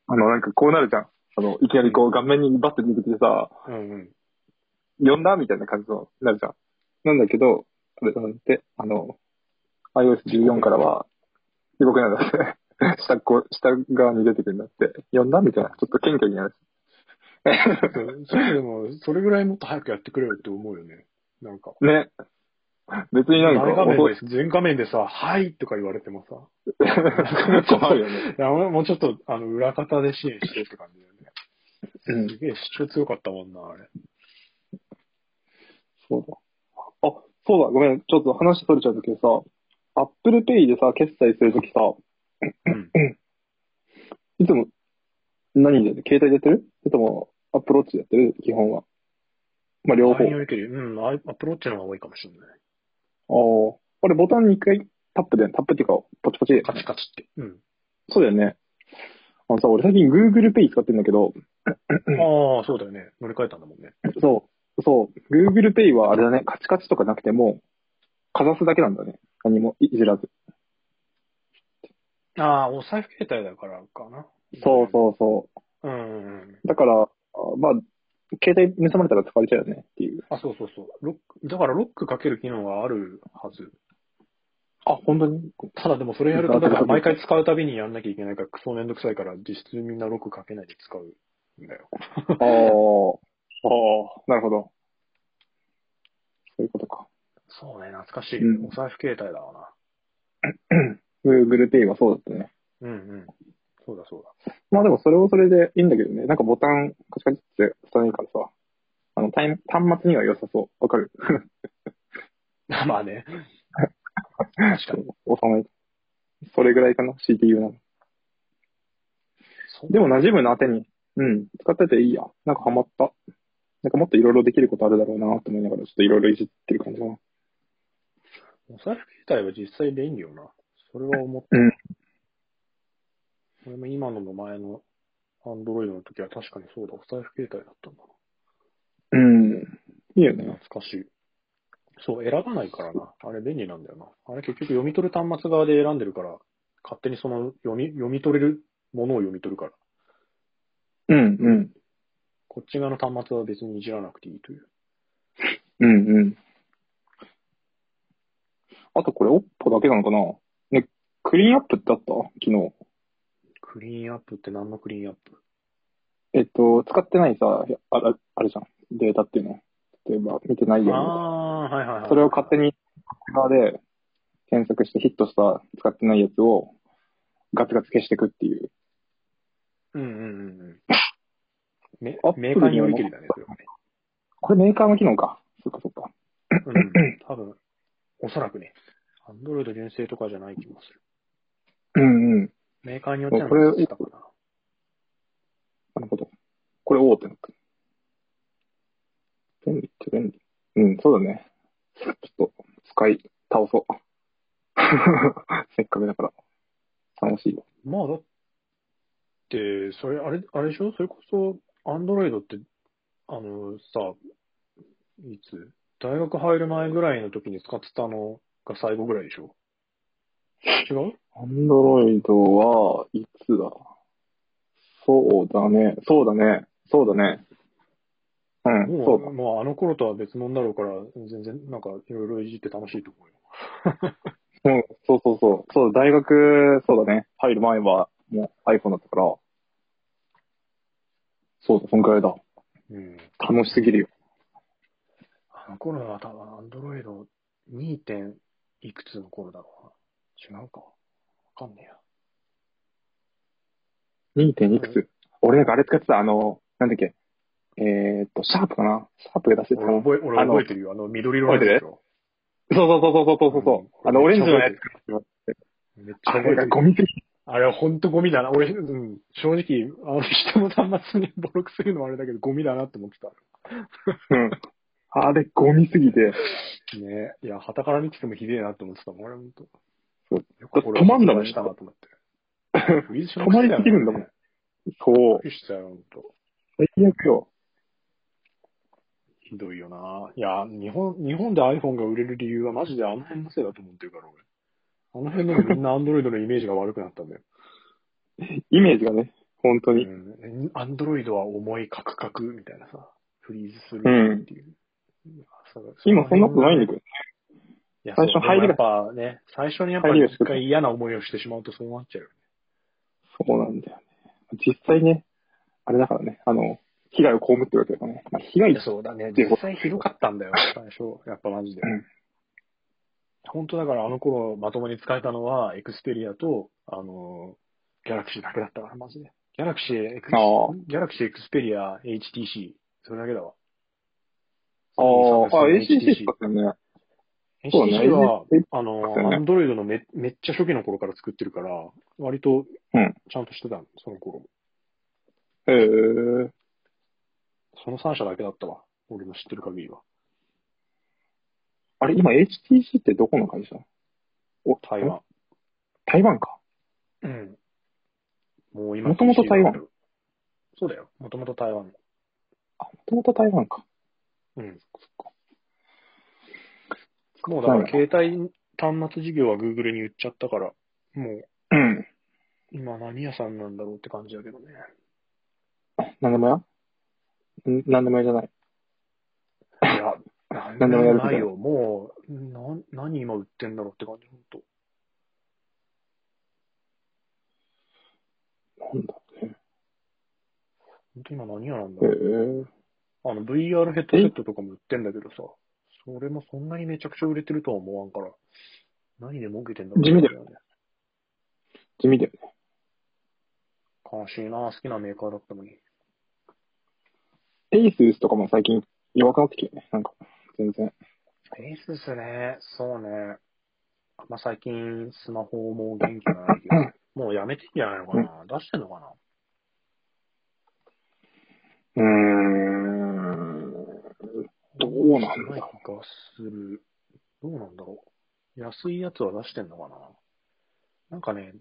[SPEAKER 2] あの、なんかこうなるじゃん。あの、いきなりこう、顔面にバッて出てきてさ、
[SPEAKER 1] うんうん。
[SPEAKER 2] 呼んだみたいな感じの、なるじゃん。なんだけど、あれ、なんて、あの、iOS14 からは、地獄なんだって。 下っこ、下側に出てくるんだって。呼んだみたいな。ちょっと謙虚になる。
[SPEAKER 1] そうそれでも、それぐらいもっと早くやってくれよって思うよね。なんか。
[SPEAKER 2] ね。別になん
[SPEAKER 1] 前画
[SPEAKER 2] か、
[SPEAKER 1] 面
[SPEAKER 2] 遅い
[SPEAKER 1] で、全画面でさ、はいとか言われてもさ、
[SPEAKER 2] 困るよ ね。
[SPEAKER 1] いやもうちょっと、あの、裏方で支援してって感じだよ
[SPEAKER 2] うん
[SPEAKER 1] ね。すげえ主張強かったもんな、あれ。
[SPEAKER 2] そうだ。あ、そうだ、ごめん、ちょっと話取れちゃうけどさ、Apple Pay でさ、決済するときさ、
[SPEAKER 1] ん
[SPEAKER 2] いつも、何でやってる携帯でやってるいつも、Apple Watch でやってる基本は。まあ、両
[SPEAKER 1] 場合
[SPEAKER 2] 方。
[SPEAKER 1] によるけどうん、アイアップローチの方が多いかもしれない。
[SPEAKER 2] ああ。俺、ボタン2回タップで、タップっていうか、ポチポチで。
[SPEAKER 1] カチカチって。うん。
[SPEAKER 2] そうだよね。あのさ、俺最近 Google Pay 使ってるんだけど、
[SPEAKER 1] ああ、そうだよね。乗り換えたんだもんね。
[SPEAKER 2] そう、そう、Google Pay はあれだね、カチカチとかなくても、かざすだけなんだね。何もいじらず。
[SPEAKER 1] ああ、お財布携帯だからかな。
[SPEAKER 2] そうそうそ
[SPEAKER 1] うん。うんうん。
[SPEAKER 2] う。だから、あまあ、携帯盗まれたら使われちゃうよねっていう。
[SPEAKER 1] あ、そうそうそう。ロック、だからロックかける機能があるはず。
[SPEAKER 2] あ、本当に
[SPEAKER 1] ただでもそれやると、だから毎回使うたびにやんなきゃいけないから、クソめんどくさいから、実質みんなロックかけないで使うんだよ。
[SPEAKER 2] ああ、ああ、なるほど。そういうことか。
[SPEAKER 1] そうね、懐かしい。
[SPEAKER 2] うん
[SPEAKER 1] お財布携帯だわ
[SPEAKER 2] Google Pay はそうだったね。
[SPEAKER 1] な。うんうん。そうだそうだ。
[SPEAKER 2] まあでもそれはそれでいいんだけどね。なんかボタンカチカチって押さないからさ。あの、タイム端末には良さそう。わかる
[SPEAKER 1] まあね。確かに。
[SPEAKER 2] 押さない。それぐらいかな ?CPU なの。
[SPEAKER 1] そう
[SPEAKER 2] でも馴染むな、手に。うん。使ってていいや。なんかハマった。なんかもっといろいろできることあるだろうなと思いながら、ちょっといろいろいじってる感じかな。
[SPEAKER 1] お財布携帯は実際便利よな。それは思った。
[SPEAKER 2] うん
[SPEAKER 1] 俺も今のも前のアンドロイドの時は確かにそうだ、お財布携帯だったんだ
[SPEAKER 2] うん。いいよ
[SPEAKER 1] な。
[SPEAKER 2] ね。
[SPEAKER 1] 懐かしい。そう、選ばないからな。あれ便利なんだよな。あれ結局読み取る端末側で選んでるから、勝手にその読み、読み取れるものを読み取るから、
[SPEAKER 2] うん、うん。
[SPEAKER 1] こっち側の端末は別にいじらなくていいという。
[SPEAKER 2] うん、うん。あとこれ、OPPO だけなのかなね、クリーンアップってあった昨日。
[SPEAKER 1] クリーンアップって何のクリーンアップ
[SPEAKER 2] えっと、使ってないさ、あああるじゃん。データっていうの。例えば、見てないような。
[SPEAKER 1] ああー、はいはいはい。
[SPEAKER 2] それを勝手に、側で検索してヒットした使ってないやつをガツガツ消していくっていう。
[SPEAKER 1] うんうんうんうん。め
[SPEAKER 2] アップル
[SPEAKER 1] メーカーによりけりだね、それはね。
[SPEAKER 2] これメーカーの機能か。そっかそっか。
[SPEAKER 1] うん、多分、おそらくね。アンドロイド純正とかじゃない気もする。
[SPEAKER 2] うんうん。
[SPEAKER 1] メーカーによっては
[SPEAKER 2] これ
[SPEAKER 1] 違ったかな。
[SPEAKER 2] なるほど。これ、おおってなった。便利って便利。うん、そうだね。ちょっと、使い、倒そう。 せっかくだから。楽しいよ。
[SPEAKER 1] まあ、だって、それ、あれ、あれでしょそれこそ、アンドロイドって、あの、さ、いつ大学入る前ぐらいの時に使ってたのが最後ぐらいでしょ違う
[SPEAKER 2] アンドロイドはいつだそうだね。そうだね。そうだね。うん、
[SPEAKER 1] も
[SPEAKER 2] そう
[SPEAKER 1] う、
[SPEAKER 2] だ。
[SPEAKER 1] もうあの頃とは別物だろうから、全然、なんか、いろいろいじって楽しいと思うよ。
[SPEAKER 2] うん、そうそうそう。そう、大学、そうだね。入る前は、もう iPhone だったから。そうだ、そんくらいだ。
[SPEAKER 1] うん。
[SPEAKER 2] 楽しすぎるよ。
[SPEAKER 1] あの頃は多分、アンドロイド 2. 点いくつの頃だろうな。違うか。わかんねえや。
[SPEAKER 2] 2. いくつ、俺なんかあれ使ってた、あの、なんだっけ。えー、っと、シャープかなシャープが出してた。
[SPEAKER 1] 俺
[SPEAKER 2] そう
[SPEAKER 1] 覚え、俺
[SPEAKER 2] あの
[SPEAKER 1] 覚えてるよ。あの、緑色のやつでしょ。
[SPEAKER 2] そうそうそうそうそうそう。
[SPEAKER 1] うん
[SPEAKER 2] あの、オレンジのやつ。
[SPEAKER 1] めっちゃ
[SPEAKER 2] あ
[SPEAKER 1] 覚え
[SPEAKER 2] れ
[SPEAKER 1] て
[SPEAKER 2] が
[SPEAKER 1] る。
[SPEAKER 2] ゴミ的。
[SPEAKER 1] あれはほんとゴミだな。俺、うん、正直、あの、人の端末に ボロクするのはあれだけど、ゴミだなって思ってた。
[SPEAKER 2] うん。あれ、ゴミすぎて。
[SPEAKER 1] ねえ。いや、旗から見ててもひでえなって思ってたもん、俺ほんと。
[SPEAKER 2] そう。
[SPEAKER 1] よくこれ
[SPEAKER 2] 止まんだもん
[SPEAKER 1] したなと思って。 ウィズショッ
[SPEAKER 2] 止
[SPEAKER 1] クし
[SPEAKER 2] まり
[SPEAKER 1] たよ
[SPEAKER 2] すぎるんだもん。そう。
[SPEAKER 1] びっくりしたよ、ほんと。
[SPEAKER 2] 最悪よ。
[SPEAKER 1] ひどいよな。いや、日本、日本で iPhone が売れる理由はマジであの辺のせいだと思ってるから、俺。あの辺のみんな Android のイメージが悪くなったんだよ。
[SPEAKER 2] イメージがね、本当
[SPEAKER 1] う
[SPEAKER 2] に。
[SPEAKER 1] ん。Android は重いカクカクみたいなさ、フリーズするっていう。いやそれ
[SPEAKER 2] 今そんなことないんだけど。
[SPEAKER 1] いや
[SPEAKER 2] 最初
[SPEAKER 1] そう
[SPEAKER 2] 入りが
[SPEAKER 1] でもやっぱね、最初にやっぱ
[SPEAKER 2] 入り
[SPEAKER 1] り
[SPEAKER 2] が
[SPEAKER 1] 一回嫌な思いをしてしまうとそうなっちゃうよ。
[SPEAKER 2] そうなんだよね。実際ね、あれだからね、あの、被害を被ってるわけだからね。まあ、被害
[SPEAKER 1] い
[SPEAKER 2] で
[SPEAKER 1] や、
[SPEAKER 2] す。
[SPEAKER 1] そうだね。
[SPEAKER 2] で
[SPEAKER 1] 実際ひどかったんだ よ、最初。やっぱマジで
[SPEAKER 2] うん。
[SPEAKER 1] 本当だからあの頃まともに使えたのは、エクスペリアと、あのー、ギャラクシーだけだったから、マジで。ギャラクシー、エクス
[SPEAKER 2] ああ
[SPEAKER 1] ギャラクシー、エクスペリア、HTC。それだけだわ。
[SPEAKER 2] ああ、あ、
[SPEAKER 1] HTC
[SPEAKER 2] ACC 使ってるね。そうね
[SPEAKER 1] HTC は、あの
[SPEAKER 2] そう、ね
[SPEAKER 1] アンドロイドのめめっちゃ初期の頃から作ってるから、割と
[SPEAKER 2] うん、
[SPEAKER 1] ちゃんとしてたの、その頃。
[SPEAKER 2] へえ。
[SPEAKER 1] その3社だけだったわ。俺の知ってる限りは。
[SPEAKER 2] あれ、今 HTC ってどこの会社お
[SPEAKER 1] 台湾。
[SPEAKER 2] 台湾か。
[SPEAKER 1] うん。もう今、
[SPEAKER 2] もともと台湾。
[SPEAKER 1] そうだよ。もともと台湾。
[SPEAKER 2] あ、もともと台湾か。
[SPEAKER 1] うん。
[SPEAKER 2] そっか。
[SPEAKER 1] もうだから、携帯端末事業は Google に売っちゃったから、もう、
[SPEAKER 2] うん。
[SPEAKER 1] 今何屋さんなんだろうって感じだけどね。
[SPEAKER 2] なんでもやんなんでもやじゃない。
[SPEAKER 1] いや、
[SPEAKER 2] 何でもやるけど
[SPEAKER 1] ないよ。もう、な、何今売ってんだろうって感じ、本当
[SPEAKER 2] なんだろうね。
[SPEAKER 1] 本当今何屋なんだ
[SPEAKER 2] へ
[SPEAKER 1] ろう。
[SPEAKER 2] え。
[SPEAKER 1] あの、VR ヘッドセットとかも売ってんだけどさ、それもそんなにめちゃくちゃ売れてるとは思わんから、何で儲けてんだろう
[SPEAKER 2] 地味だよ
[SPEAKER 1] ね。
[SPEAKER 2] 地味だよね。
[SPEAKER 1] 悲しいな、好きなメーカーだったのに。
[SPEAKER 2] エイスースとかも最近弱くなってきてね。なんか、全然。
[SPEAKER 1] エースですね。そうね。まあ、最近、スマホも元気がないけど、もうやめてんじゃないのかな、出してんのかな
[SPEAKER 2] うーん。どうなんだ
[SPEAKER 1] ない
[SPEAKER 2] ろ
[SPEAKER 1] 気がする。どうなんだろう。安いやつは出してんのかななんかね、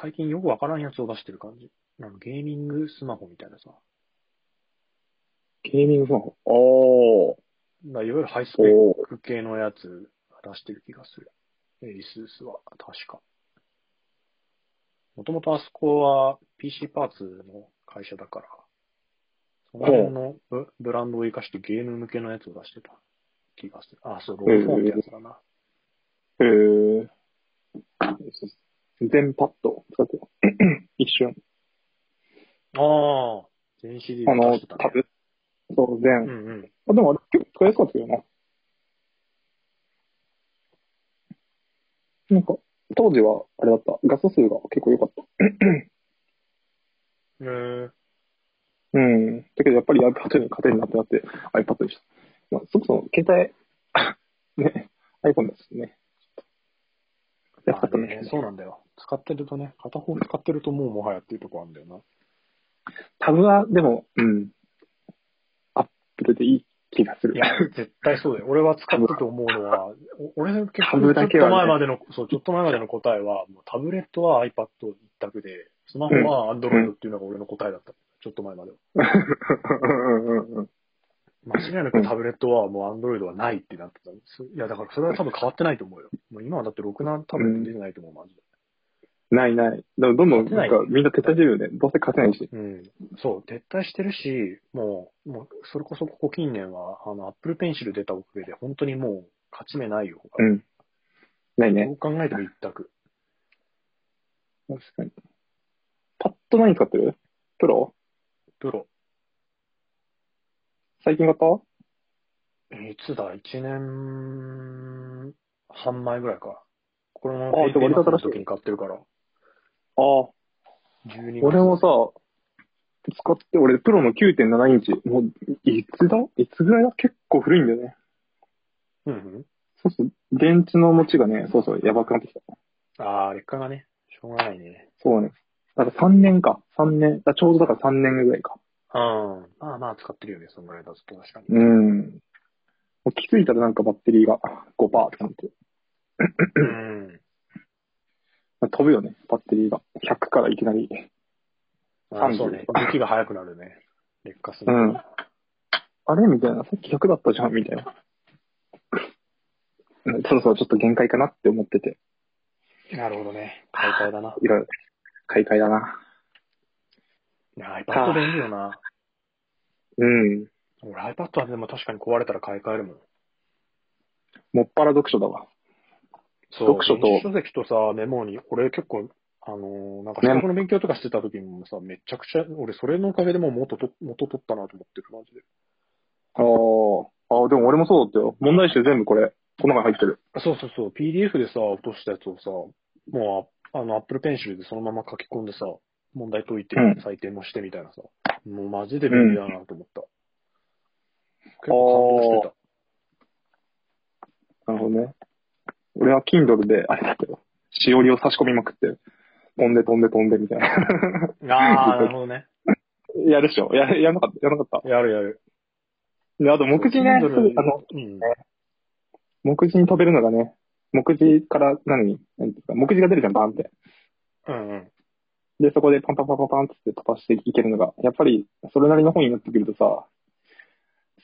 [SPEAKER 1] 最近よくわからんやつを出してる感じ。なんかゲーミングスマホみたいなさ。
[SPEAKER 2] う。ゲーミングスマホ。おー。
[SPEAKER 1] まあいわゆるハイスペッ
[SPEAKER 2] おー。
[SPEAKER 1] ク系のやつ出してる気がする。エイススは、確か。もともとあそこは PC パーツの会社だから、その辺のブブランドを生かしてゲーム向けのやつを出してた気がする。あ、そう、ローフォンってやつだな。
[SPEAKER 2] へえ。全パッド使ってよ一瞬。
[SPEAKER 1] ああ、全シリー
[SPEAKER 2] あ
[SPEAKER 1] ズ出
[SPEAKER 2] の、
[SPEAKER 1] してた、
[SPEAKER 2] タ
[SPEAKER 1] ね。
[SPEAKER 2] ブ。そう、
[SPEAKER 1] う
[SPEAKER 2] 全。
[SPEAKER 1] んうん。
[SPEAKER 2] あでもあれ結構使いやすかったけどな。なんか、当時はあれだった。画素数が結構良かった。
[SPEAKER 1] えー、
[SPEAKER 2] うん。だけどやっぱり iPad に勝てになってなって iPad でした。まあ、そもそも携帯、 ね、iPhone ですね。安か
[SPEAKER 1] あ
[SPEAKER 2] った
[SPEAKER 1] ね
[SPEAKER 2] ね。
[SPEAKER 1] そうなんだよ。使ってるとね、片方使ってるともうもはやっていうとこあるんだよな。
[SPEAKER 2] タブはでも、うん。Apple でいい気がする。
[SPEAKER 1] いや、絶対そうだよ。俺は使ったと思うの は、お俺の結
[SPEAKER 2] タブだ
[SPEAKER 1] ち
[SPEAKER 2] け
[SPEAKER 1] ょっ
[SPEAKER 2] は
[SPEAKER 1] と
[SPEAKER 2] ね
[SPEAKER 1] 前までの、そう、ちょっと前までの答えは、もうタブレットは iPad 一択で、スマホは Android っていうのが俺の答えだった。ちょっと前までは。
[SPEAKER 2] うんうんうん
[SPEAKER 1] 間違いなくタブレットはもう Android はないってなってたんです。いや、だからそれは多分変わってないと思うよ。もう今はだってろくなタブレット出てないと思う、マジで。
[SPEAKER 2] ないない。だからどんどん
[SPEAKER 1] 勝てな
[SPEAKER 2] ないんかみんな手伝いよね。どうせ勝てないし。
[SPEAKER 1] うん、そう、撤退してるし、もう、もうそれこそここ近年は、あの、Apple Pencil 出たおかげで、本当にもう、勝ち目ないよ。他
[SPEAKER 2] うん。ないね
[SPEAKER 1] ど。う考えても一択。
[SPEAKER 2] 確かに。パッと何使ってるプロ
[SPEAKER 1] プロ。
[SPEAKER 2] 最近買った
[SPEAKER 1] いつだ、一年半前ぐらいか。これも、
[SPEAKER 2] あでも割と新しい
[SPEAKER 1] 時に買ってるから。
[SPEAKER 2] ああ、
[SPEAKER 1] 12月
[SPEAKER 2] 俺もさ、使って、俺プロの9.7インチ。もう、いつだいつぐらいだ結構古いんだよね。
[SPEAKER 1] うんうん。
[SPEAKER 2] そうそう。電池の持ちがね、そうそう、やばくなってきた。
[SPEAKER 1] ああ、劣化がね、しょうがないね。
[SPEAKER 2] そうね。だから3年か。3年。だちょうどだから3年ぐらいか。
[SPEAKER 1] うん。まあまあ、使ってるよね、そんぐらいだと確かに。
[SPEAKER 2] うん。もう気づいたらなんかバッテリーが5%ってなってる。
[SPEAKER 1] うん。
[SPEAKER 2] 飛ぶよね、バッテリーが。100からいきなり。
[SPEAKER 1] あーそうね。動きが速くなるね。劣化する。
[SPEAKER 2] うんあれみたいな。さっき100だったじゃんみたいな。 うんそろそろちょっと限界かなって思ってて、
[SPEAKER 1] なるほどね。買い替えだな。
[SPEAKER 2] いろいろ買い替えだな。
[SPEAKER 1] いや iPad 便利よ な。
[SPEAKER 2] うん。
[SPEAKER 1] 俺 iPad はでも確かに壊れたら買い替えるもん。
[SPEAKER 2] もっぱら読書だわ。
[SPEAKER 1] そう。
[SPEAKER 2] 読書と
[SPEAKER 1] 電子書籍とさ、メモに、俺結構、あのーなんか資格の勉強とかしてた時もさ、めちゃくちゃ、俺それのおかげでもう元と、元取ったなと思ってる、マジで。
[SPEAKER 2] ああ。ああ、でも俺もそうだったよ。問題集全部これ、この中に入ってる。
[SPEAKER 1] そうそうそう、PDF でさ、落としたやつをさ、もう、ああの、Apple Pencil でそのまま書き込んでさ、問題解いて
[SPEAKER 2] うん、
[SPEAKER 1] 採点もしてみたいなさ、もうマジで便利だなと思った。結構感動してた。
[SPEAKER 2] なるほどね。俺は Kindle で、あれだけど、しおりを差し込みまくって、飛んで飛んで飛んでみたいな。
[SPEAKER 1] ああ、なるほどね。
[SPEAKER 2] やるっしょや、やんなかった、やんなかった。
[SPEAKER 1] やるやる。
[SPEAKER 2] で、あと目次ね、
[SPEAKER 1] Kindle
[SPEAKER 2] あの、
[SPEAKER 1] うん。
[SPEAKER 2] 目次に飛べるのがね、目次から何、何ですか、目次が出るじゃん、バーンって。
[SPEAKER 1] うんうん。
[SPEAKER 2] で、そこでパンパンパンパンパンって飛ばしていけるのが、やっぱりそれなりの本になってくるとさ、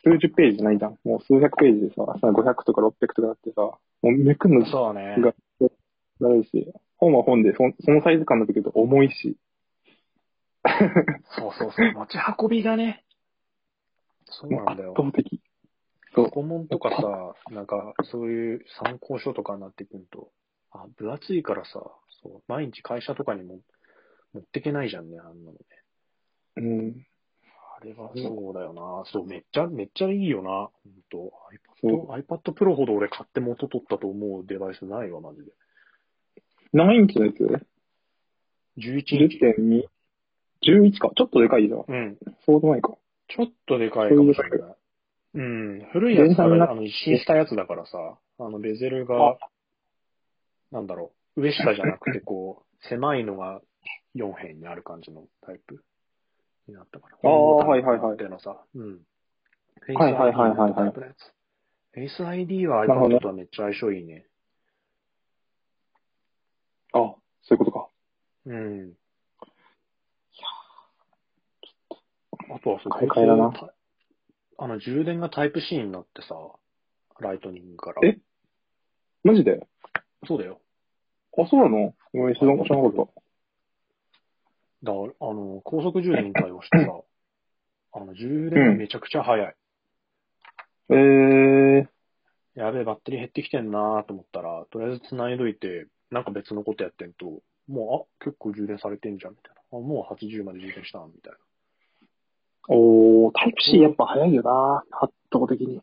[SPEAKER 2] 数十ページじゃないじゃん。もう数百ページでさ、さ500とか600とかあってさ、もうめくんの時
[SPEAKER 1] そうね。
[SPEAKER 2] 間が長いし、本は本でそ、そのサイズ感だけど重いし。
[SPEAKER 1] そうそうそう。持ち運びがね。そう
[SPEAKER 2] もう
[SPEAKER 1] なん
[SPEAKER 2] 圧
[SPEAKER 1] だよ。
[SPEAKER 2] 倒的。
[SPEAKER 1] 古文とかさ、なんか、そういう参考書とかになってくると、あ、分厚いからさ、そう、毎日会社とかにも持ってけないじゃんね、あんなのね。
[SPEAKER 2] うん。
[SPEAKER 1] あれは
[SPEAKER 2] うん
[SPEAKER 1] そうだよな。そう、めっちゃ、めっちゃいいよな。本
[SPEAKER 2] そ
[SPEAKER 1] 当 iPad、iPad Pro ほど俺買って元取ったと思うデバイスないわ、マジで。
[SPEAKER 2] 何インチのやつ
[SPEAKER 1] 11インチ。
[SPEAKER 2] ?10.2。11か。ちょっとでかいじゃん。
[SPEAKER 1] うん。
[SPEAKER 2] そうでもないか。
[SPEAKER 1] ちょっとでかいかもしれない。うん。古いやつだから、あの、一新したやつだからさ、あの、ベゼルが、なんだろう、上下じゃなくて、こう、 狭いのが4辺にある感じのタイプになったから。
[SPEAKER 2] あーはいはいはい
[SPEAKER 1] ってのさ、うん。
[SPEAKER 2] はいはいはいはいはい
[SPEAKER 1] Face ID のタイプのやつ。フェイス ID は
[SPEAKER 2] なるほど
[SPEAKER 1] iPad とはめっちゃ相性いいね。
[SPEAKER 2] あ、そういうことか。
[SPEAKER 1] うん。あとはそう、
[SPEAKER 2] 買い替えだな
[SPEAKER 1] こいつたあの、充電がタイプ C になってさ、ライトニングから。
[SPEAKER 2] えマジで
[SPEAKER 1] そうだよ。
[SPEAKER 2] あ、そうなのごめん、知らな知らなかっ
[SPEAKER 1] だから、あの、高速充電に対応してさ、あの、充電がめちゃくちゃ早い。
[SPEAKER 2] た。えー。
[SPEAKER 1] やべえ、バッテリー減ってきてんなーと思ったら、とりあえず繋いどいて、なんか別のことやってんと、もう、あ、結構充電されてんじゃん、みたいな。あ、もう80まで充電した、みたいな。
[SPEAKER 2] おー、タイプ C やっぱ早いよな、圧倒的に。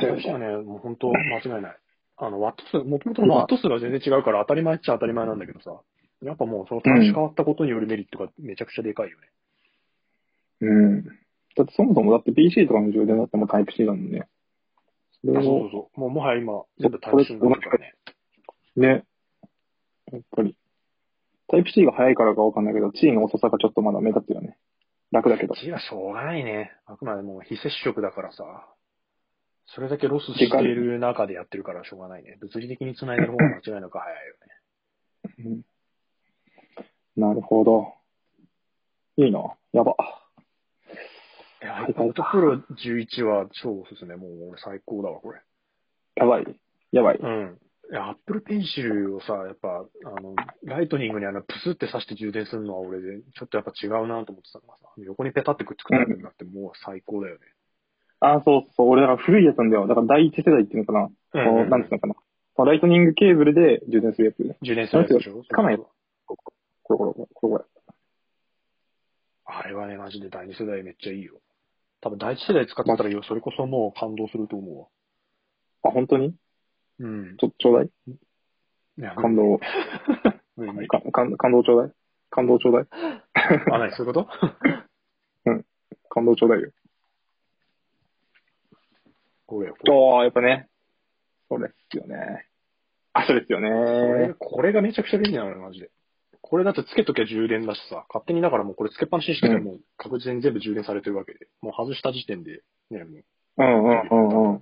[SPEAKER 1] そうしたね、もう本当、間違いない。あの、ワット数、もともとのワット数が全然違うから当たり前っちゃ当たり前なんだけどさ、やっぱもうその端子変わったことによるメリットがめちゃくちゃでかいよね。
[SPEAKER 2] うん。だってそもそもだって PC とかの充電だってもうタイプ C だもんね。それ
[SPEAKER 1] あそうそ
[SPEAKER 2] を
[SPEAKER 1] うそう。もうもはや今、全部単純になってるからね。
[SPEAKER 2] ね、やっぱり。タイプ C が早いからかわかんないけど、地位の遅さがちょっとまだ目立ってるよね。楽だけど。
[SPEAKER 1] うちはしょうがないね。あくまでも非接触だからさ。それだけロスしている中でやってるからしょうがないね。物理的に繋いでる方が間違いなく早いよね。
[SPEAKER 2] うんなるほど。いいな。やば。
[SPEAKER 1] いや iPad Pro 11は超おすすめ。もう俺最高だわ、これ。
[SPEAKER 2] やばい。やばい。
[SPEAKER 1] うん。いや、Apple Pencil をさ、やっぱ、あの、ライトニングにあの、プスって刺して充電するのは俺で、ちょっとやっぱ違うなと思ってたのがさ、横にペタってくっつくタイプになってもう最高だよね。
[SPEAKER 2] あ、そうそう。俺、だから古いやつなんだよ。だから第一世代っていうのかな。
[SPEAKER 1] う
[SPEAKER 2] こうなんつうのかな。まあライトニングケーブルで充電するやつ。
[SPEAKER 1] 充電するやつでしょ
[SPEAKER 2] つかないこれこれこれこれこれ。
[SPEAKER 1] あれはね、マジで第二世代めっちゃいいよ。多分第一世代使ってたらよ、それこそもう感動すると思うわ。
[SPEAKER 2] あ、本当に
[SPEAKER 1] うん。
[SPEAKER 2] ちょ、ちょうだい
[SPEAKER 1] いや
[SPEAKER 2] 感。動。
[SPEAKER 1] 無理無理
[SPEAKER 2] か感感動ちょうだい感動ちょうだい
[SPEAKER 1] あ、ない、そういうこと
[SPEAKER 2] 感動ちょうだいよ。
[SPEAKER 1] これよ、これ。
[SPEAKER 2] おー、やっぱね。それっすよね。あ、それっすよ
[SPEAKER 1] これ
[SPEAKER 2] ね。
[SPEAKER 1] これがめちゃくちゃ便利なのよ、マジで。これだってつけときゃ充電だしさ、勝手にだからもうこれつけっぱなしにしてて
[SPEAKER 2] うん
[SPEAKER 1] もう確実に全部充電されてるわけで、もう外した時点で、ね、もう
[SPEAKER 2] うんうんうんうん。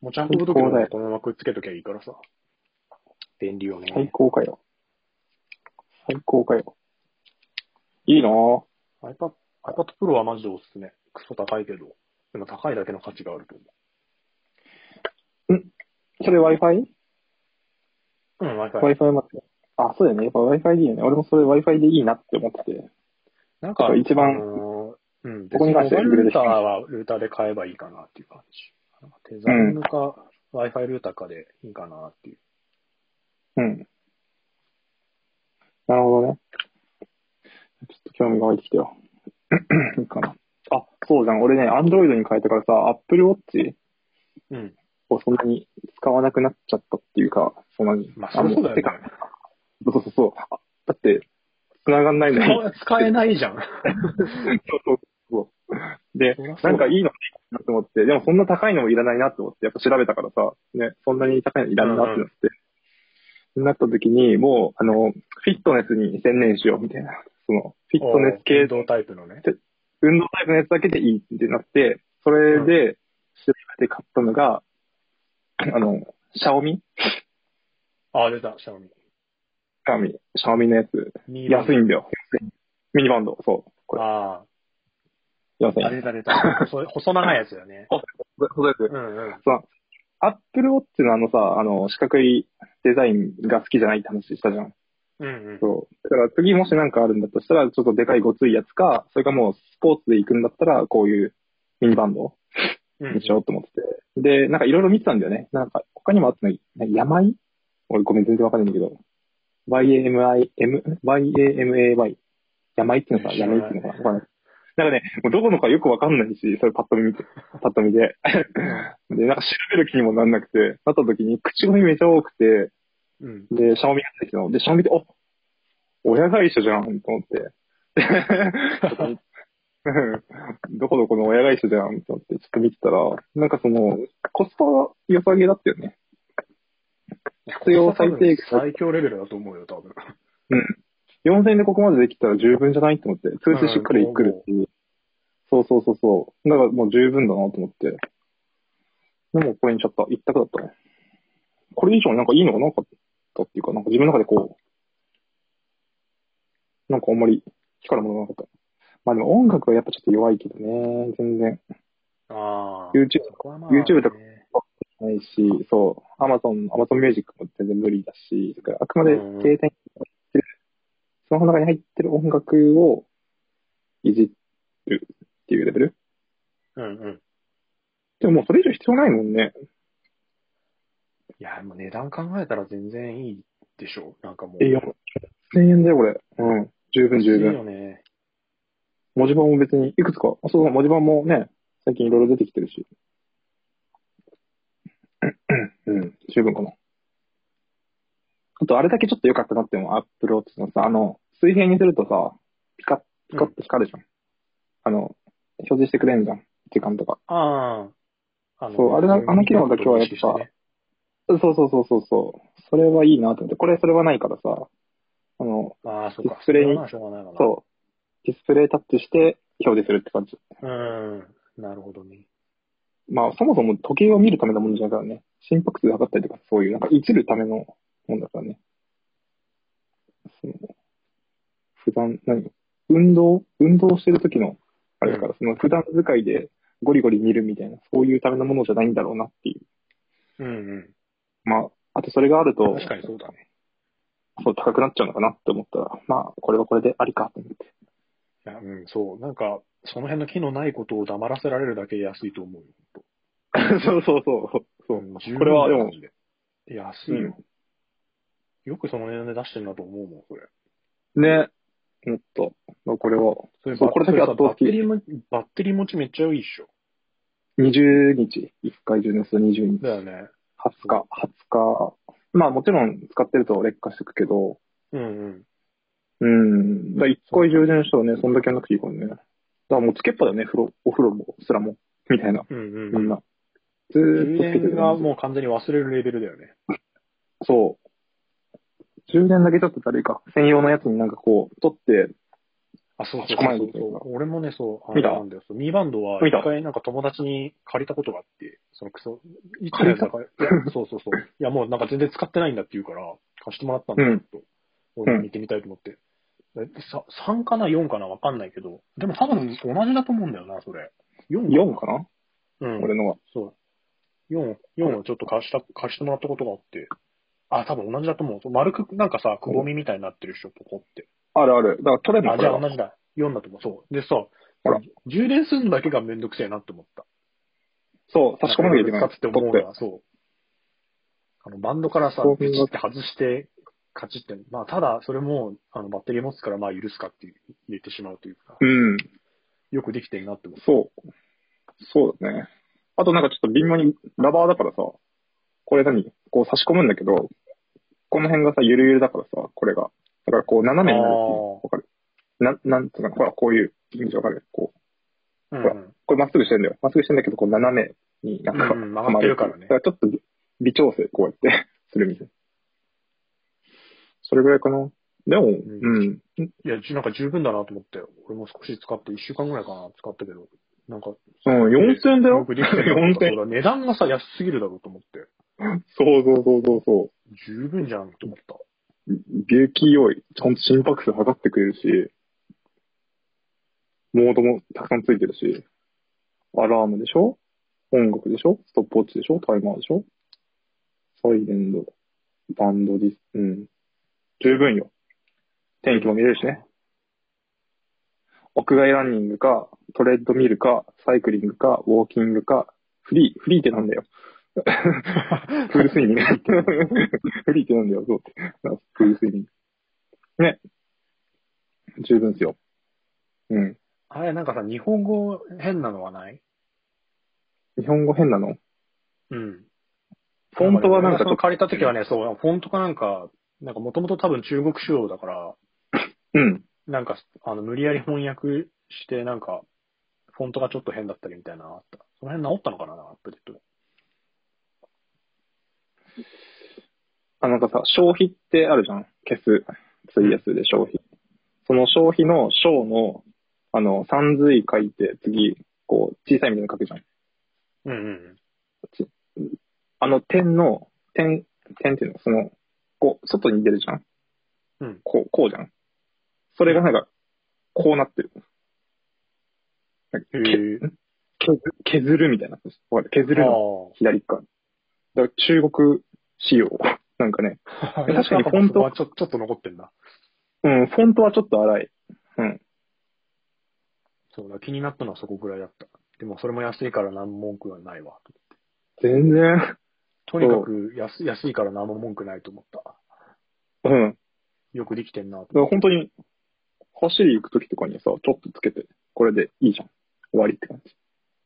[SPEAKER 1] 持ち運ぶときもこのままくっつけときゃいいからさ。便利よね。
[SPEAKER 2] 最高かよ。最高かよ。いいなぁ。
[SPEAKER 1] iPad、iPad Pro はマジでおすすめ。クソ高いけど、でも高いだけの価値があると思
[SPEAKER 2] それ Wi-Fi?Wi-Fi
[SPEAKER 1] う。うん、Wi-Fi。
[SPEAKER 2] まで。あ、そうだよね。やっぱ Wi-Fi でいいよね。俺もそれ Wi-Fi でいいなって思ってて。
[SPEAKER 1] なんか、
[SPEAKER 2] 一番
[SPEAKER 1] あのーうん、
[SPEAKER 2] ここに関しては
[SPEAKER 1] 別モバイルルーター
[SPEAKER 2] いろ
[SPEAKER 1] はルーターで買えばいいかなっていう感じ。なんかテザリングか、Wi-Fi ルーターかでいいかなっていう。
[SPEAKER 2] うん。なるほどね。ちょっと興味が湧いてきたよ。 いいかな。あ、そうじゃん。俺ね、Android に変えたからさ、Apple Watch
[SPEAKER 1] うん。
[SPEAKER 2] をそんなに使わなくなっちゃったっていうか、そんなに。
[SPEAKER 1] まあ、そりゃそうだよね
[SPEAKER 2] てか、そうそうそう。あだって、繋がんないのに。
[SPEAKER 1] 使え。使えないじゃん。
[SPEAKER 2] そうそうそう。で
[SPEAKER 1] そりゃ、そう
[SPEAKER 2] なんかいいのなって思って、でもそんな高いのもいらないなって思って、やっぱ調べたからさ、ね、そんなに高いのいらないなってなって、なった時に、もう、あの、フィットネスに専念しようみたいな、その、フィットネス系
[SPEAKER 1] 運、動タイプのね。
[SPEAKER 2] 運動タイプのやつだけでいいってなって、それで調べて買ったのが、あの、シャオミ
[SPEAKER 1] あ、出た、シャオミ。
[SPEAKER 2] シャオミ、シャオミのやつ。
[SPEAKER 1] ミ
[SPEAKER 2] 安いんだよ。安いミニバンド、そう。これ、
[SPEAKER 1] あ
[SPEAKER 2] 4000
[SPEAKER 1] あ、あ
[SPEAKER 2] 円。
[SPEAKER 1] 出た出た。細い細長いやつだよね。
[SPEAKER 2] 細いやつ
[SPEAKER 1] うんうん。
[SPEAKER 2] アップルウォッチのあのさ、あの、四角いデザインが好きじゃないって話したじゃん。
[SPEAKER 1] うんうん。
[SPEAKER 2] そう。だから次もしなんかあるんだとしたら、ちょっとでかいごついやつか、それかもうスポーツで行くんだったら、こういうミニバンド
[SPEAKER 1] うん
[SPEAKER 2] にしようと思ってて。で、なんかいろいろ見てたんだよね。なんか他にもあったの、なんか山井俺ごめん、全然わかんないんだけど。YAMI、M、YAMAY。山井っていうのか、
[SPEAKER 1] 知らな
[SPEAKER 2] 山
[SPEAKER 1] い
[SPEAKER 2] 井っていうのかなわかんない。なんかね、もうどこのかよくわかんないし、それパッと見て、パッと見で。で、なんか調べる気にもなんなくて、なった時に口コミめちゃ多くて、
[SPEAKER 1] うん。
[SPEAKER 2] で、シャオミが出てきたの。で、シャオミって、お親会社じゃんと思って。 うんどこどこの親会社じゃんと思って、ちょっと見てたら、なんかその、コスパは良さげだったよね。必要最低限
[SPEAKER 1] 最強レベルだと思うよ、多分。
[SPEAKER 2] 4000円でここまでできたら十分じゃないと思って、ツースしっかりくるっていう。そうそうそうそう。だからもう十分だなと思って。でもこれにちょっと一択だったね。これ以上になんかいいのがなかったっていうか、なんか自分の中でこう、なんかあんまり光るものがなかった。まあでも音楽はやっぱちょっと弱いけどね、全然。
[SPEAKER 1] ああ。
[SPEAKER 2] YouTube
[SPEAKER 1] そこはまあ
[SPEAKER 2] YouTube とか
[SPEAKER 1] ね
[SPEAKER 2] ないし、そう、Amazon、Amazon Music も全然無理だし、だからあくまで
[SPEAKER 1] うんうん
[SPEAKER 2] 携帯に入ってる、スマホの中に入ってる音楽をいじるっていうレベル
[SPEAKER 1] うんうん。
[SPEAKER 2] でももうそれ以上必要ないもんね。
[SPEAKER 1] いや、もう値段考えたら全然いいでしょ。なんかもう。
[SPEAKER 2] え、いや、1000円だよ、これ。うん。十分、
[SPEAKER 1] い
[SPEAKER 2] 十
[SPEAKER 1] い
[SPEAKER 2] 分。
[SPEAKER 1] よね。
[SPEAKER 2] 文字盤も別に、いくつか。あそうそう、文字盤もね、最近いろいろ出てきてるし。うん、十分かな。あと、あれだけちょっと良かったなっても、アップルウォッチのさ、あの、水平にするとさ、ピカッ、ピカッと光るじゃん。あの、表示してくれんじゃん。時間とか。
[SPEAKER 1] ああ。あの
[SPEAKER 2] そうあれだあの機能だけはやっぱそうそうそうそうそう。それはいいなと思って。これ、それはないからさ、あの、
[SPEAKER 1] ああ、そうか。
[SPEAKER 2] ディスプレイに
[SPEAKER 1] それはまあしょうがないかな。
[SPEAKER 2] そう、ディスプレイタッチして表示するって感じ。
[SPEAKER 1] うん。なるほどね。
[SPEAKER 2] まあ、そもそも時計を見るためのものじゃないからね。心拍数測ったりとか、そういう、なんか、いじるためのもんだからね。その、普段、何運動運動してる時の、あれだから、その、普段使いでゴリゴリ見るみたいな、そういうためのものじゃないんだろうなっていう。
[SPEAKER 1] うんうん。
[SPEAKER 2] まあ、あとそれがあると、
[SPEAKER 1] 確かにそうだね。
[SPEAKER 2] そう、高くなっちゃうのかなって思ったら、まあ、これはこれでありかと思って。
[SPEAKER 1] いや、うん、そう。なんか、その辺の機能ないことを黙らせられるだけ安いと思うよ。
[SPEAKER 2] そうそうそう。そううん
[SPEAKER 1] 十分
[SPEAKER 2] これはでも
[SPEAKER 1] な感じで安
[SPEAKER 2] う
[SPEAKER 1] い
[SPEAKER 2] ん
[SPEAKER 1] よ。よくその値段で出してるなと思うもん、それ。
[SPEAKER 2] ね。もっと、まあ、これは、
[SPEAKER 1] それ
[SPEAKER 2] そうこれだけ
[SPEAKER 1] そさ
[SPEAKER 2] 圧倒
[SPEAKER 1] バッテ
[SPEAKER 2] 的
[SPEAKER 1] リーも、バッテリー持ちめっちゃいいっしょ。
[SPEAKER 2] 20日、1回充電する20日。
[SPEAKER 1] だよね。
[SPEAKER 2] 20日、20日。まあもちろん使ってると劣化していくけど、
[SPEAKER 1] うんうん。
[SPEAKER 2] うん。だ1回充電したらね、そんだけやんなくていいからね。だからもうつけっぱだよね、風呂、お風呂も、すらも、みたいな、
[SPEAKER 1] うん
[SPEAKER 2] みん
[SPEAKER 1] うん。
[SPEAKER 2] な。ずーっ
[SPEAKER 1] 充
[SPEAKER 2] とつけて
[SPEAKER 1] 電
[SPEAKER 2] る、
[SPEAKER 1] がもう完全に忘れるレベルだよね。
[SPEAKER 2] そう。充電だけちょっとだるいか。専用のやつになんかこう、取って、
[SPEAKER 1] あ、そうそ
[SPEAKER 2] そうう
[SPEAKER 1] そう
[SPEAKER 2] そうそう
[SPEAKER 1] 俺もね、そう、あ
[SPEAKER 2] 見た
[SPEAKER 1] なんだよ。そうミーバンドは、
[SPEAKER 2] 見た
[SPEAKER 1] 一回なんか友達に借りたことがあって、そのクソ、いつのやつだか、いやそうそう そう。いや、もうなんか全然使ってないんだって言うから、貸してもらったんだけど、
[SPEAKER 2] ん
[SPEAKER 1] 俺見てみたいと思って。えさ3かな ?4 かなわかんないけど、でも多分同じだと思うんだよな、それ。4?
[SPEAKER 2] 4かな、
[SPEAKER 1] うん。
[SPEAKER 2] 俺のは。
[SPEAKER 1] そう。4、4をちょっと貸した、貸してもらったことがあって。あ、多分同じだと思うそう。丸く、なんかさ、くぼみみたいになってるでしょ、ここって。
[SPEAKER 2] あるある。だから取れるの
[SPEAKER 1] あ、
[SPEAKER 2] こ
[SPEAKER 1] じ
[SPEAKER 2] れ
[SPEAKER 1] ゃあ
[SPEAKER 2] は。
[SPEAKER 1] 同じだ。4だと思う。そう。でさ、
[SPEAKER 2] ほら
[SPEAKER 1] 充電するのだけがめんどくせえなって思った。
[SPEAKER 2] そう、差し込まなきゃいけない。
[SPEAKER 1] なんか使って思う
[SPEAKER 2] 取
[SPEAKER 1] のは、そう。あの、バンドからさ
[SPEAKER 2] そん、な
[SPEAKER 1] ピチって外して、カチって。まあ、ただ、それも、あの、バッテリー持つから、まあ、許すかっていう入れてしまうというか、
[SPEAKER 2] うん。
[SPEAKER 1] よくできてるなって思う。
[SPEAKER 2] そう。そうだね。あとなんかちょっと微妙にラバーだからさ、これ何こう差し込むんだけど、この辺がさ、ゆるゆるだからさ、これが。だからこう斜めになるっていう
[SPEAKER 1] あー
[SPEAKER 2] わかるな、なんつうのかなほら、こういうイメージわかるこう、
[SPEAKER 1] うん
[SPEAKER 2] ほらこれまっすぐしてんだよ。まっすぐしてんだけど、こう斜めになんか、
[SPEAKER 1] うんうん曲がってる からね
[SPEAKER 2] だからちょっと微調整、こうやって するみたいな。それぐらいかな。でも、うん。
[SPEAKER 1] いや、じなんか十分だなと思ったよ。俺も少し使って、1週間ぐらいかな、使ったけど。なんか、
[SPEAKER 2] うん、4000円だ
[SPEAKER 1] よ
[SPEAKER 2] よ。
[SPEAKER 1] くできてるなと思った
[SPEAKER 2] 4000
[SPEAKER 1] そうだ値段がさ、安すぎるだろうと思って。
[SPEAKER 2] そうそうそうそうそ
[SPEAKER 1] 十分じゃんと思った。
[SPEAKER 2] う。病気良い。ちゃんと心拍数測ってくれるし、モードもたくさんついてるし、アラームでしょ音楽でしょストップウォッチでしょタイマーでしょサイレンド、バンドディス、うん。十分よ。天気も見れるしね。屋外ランニングか、トレッドミルか、サイクリングか、ウォーキングか、フリー、フリーってなんだよ。 プールスイミング。 フリーってなんだよ、そう。プールスイミング。ね。十分ですよ。うん。
[SPEAKER 1] あれ、なんかさ、日本語変なのはない
[SPEAKER 2] 日本語変なの
[SPEAKER 1] うん。
[SPEAKER 2] フォントはなんかちょっと
[SPEAKER 1] 借りた時はね、そう、フォントかなんか、なんかもともと多分中国仕様だから、
[SPEAKER 2] うん。
[SPEAKER 1] なんか、あの、無理やり翻訳して、なんか、フォントがちょっと変だったりみたいなのあった。その辺治ったのかな、アップデートで。
[SPEAKER 2] あ、なんかさ、消費ってあるじゃん。消す、費やすで消費。その消費の消の、あの、三髄書いて、次、こう、小さいみたいなの書くじゃん。
[SPEAKER 1] うんうん
[SPEAKER 2] あの点の、点、点っていうの、その、こう、外に出るじゃん。
[SPEAKER 1] うん
[SPEAKER 2] こう、こうじゃん。それがなんか、こうなってる。
[SPEAKER 1] うん。へえ。
[SPEAKER 2] 削削るみたいな。わかる削るの。
[SPEAKER 1] あ
[SPEAKER 2] 左側。だから中国仕様。 なんかね。
[SPEAKER 1] あ。
[SPEAKER 2] 確かにフォント
[SPEAKER 1] はちょちょっと残ってんだ。
[SPEAKER 2] うん、フォントはちょっと荒い。うん。
[SPEAKER 1] そうだ、気になったのはそこぐらいだった。でも、それも安いから何も文句はないわ。
[SPEAKER 2] 全然。
[SPEAKER 1] とにかく安安いから何も文句ないと思った。
[SPEAKER 2] うん。
[SPEAKER 1] よくできてんなと
[SPEAKER 2] だ。から本当に、走り行くときとかにさ、ちょっとつけて、これでいいじゃん。終わりって感じ。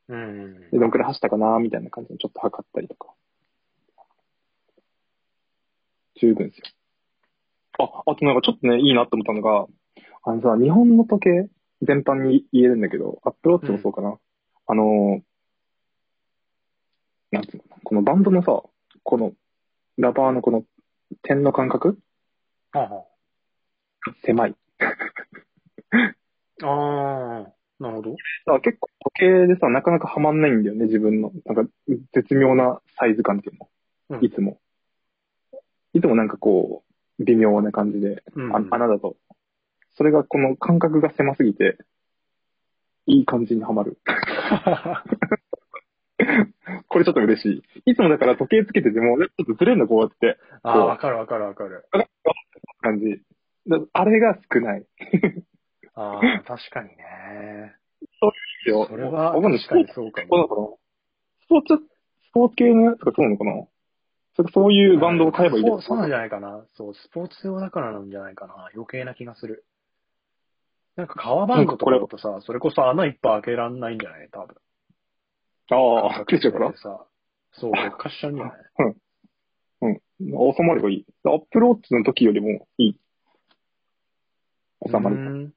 [SPEAKER 1] うんうん
[SPEAKER 2] で、どんくらい走ったかなみたいな感じでちょっと測ったりとか。十分ですよ。あ、あとなんかちょっとね、いいなと思ったのが、あのさ、日本の時計全般に言えるんだけど、アップローチもそうかな。あのー、なんつうの、このバンドのさ、この、ラバーのこの点の感覚
[SPEAKER 1] ああ。
[SPEAKER 2] 狭い。
[SPEAKER 1] ああ、なるほど。
[SPEAKER 2] だから結構時計でさ、なかなかはまんないんだよね、自分の。なんか、絶妙なサイズ感っていうの。
[SPEAKER 1] うん
[SPEAKER 2] いつも。いつもなんかこう、微妙な感じで、
[SPEAKER 1] うん
[SPEAKER 2] あ 穴だと。それがこの感覚が狭すぎて、いい感じにはまる。 これちょっと嬉しい。いつもだから時計つけてても、ちょっとずれんのこうやって、
[SPEAKER 1] ああ、わかるわかるわかる。
[SPEAKER 2] 感じ。だあれが少ない。
[SPEAKER 1] あ あ、確かにね。それは、
[SPEAKER 2] わかんない。
[SPEAKER 1] 確かにそうか
[SPEAKER 2] そう
[SPEAKER 1] も。
[SPEAKER 2] なのかなスポーツ、スポーツ系のやつがそうなのかなそれかそういうバンドを買えばいい
[SPEAKER 1] そう
[SPEAKER 2] です
[SPEAKER 1] そうなんじゃないかな。そう、スポーツ用だからなんじゃないかな。余計な気がする。なんか革バンドとかだとさ、それこそ穴いっぱい開けらんないんじゃない多分。
[SPEAKER 2] ああ、切れちゃうから
[SPEAKER 1] さ。そう、劣化しちゃうんじゃない
[SPEAKER 2] 収まればいい。アップローチの時よりもいい。 収ま
[SPEAKER 1] う
[SPEAKER 2] る。
[SPEAKER 1] ん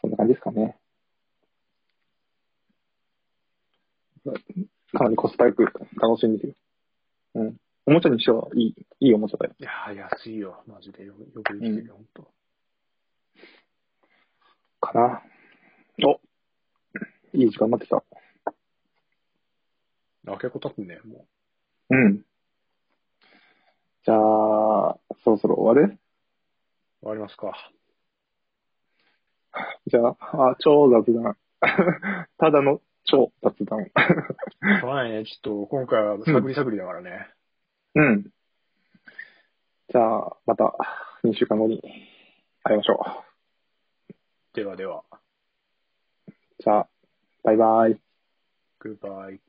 [SPEAKER 2] そんな感じですかね。かなりコスパよく楽しんでるよ。うん。おもちゃにしてはいい、いいおもちゃだよ。
[SPEAKER 1] いやー、安いよ。マジでよ。よくできてるよ、ほんと。
[SPEAKER 2] かな。おいい時間になってきた。
[SPEAKER 1] あ結構経ってんね、も
[SPEAKER 2] うん。じゃあ、そろそろ終わる
[SPEAKER 1] う。終わりますか。
[SPEAKER 2] じゃあ、あ、超雑談。 ただの超雑談。
[SPEAKER 1] しょうがないね。ちょっと、今回は探り探りだからね。
[SPEAKER 2] うん。じゃあ、また2週間後に会いましょう。
[SPEAKER 1] ではでは、
[SPEAKER 2] じゃあ、バイバイ。
[SPEAKER 1] グッバイ。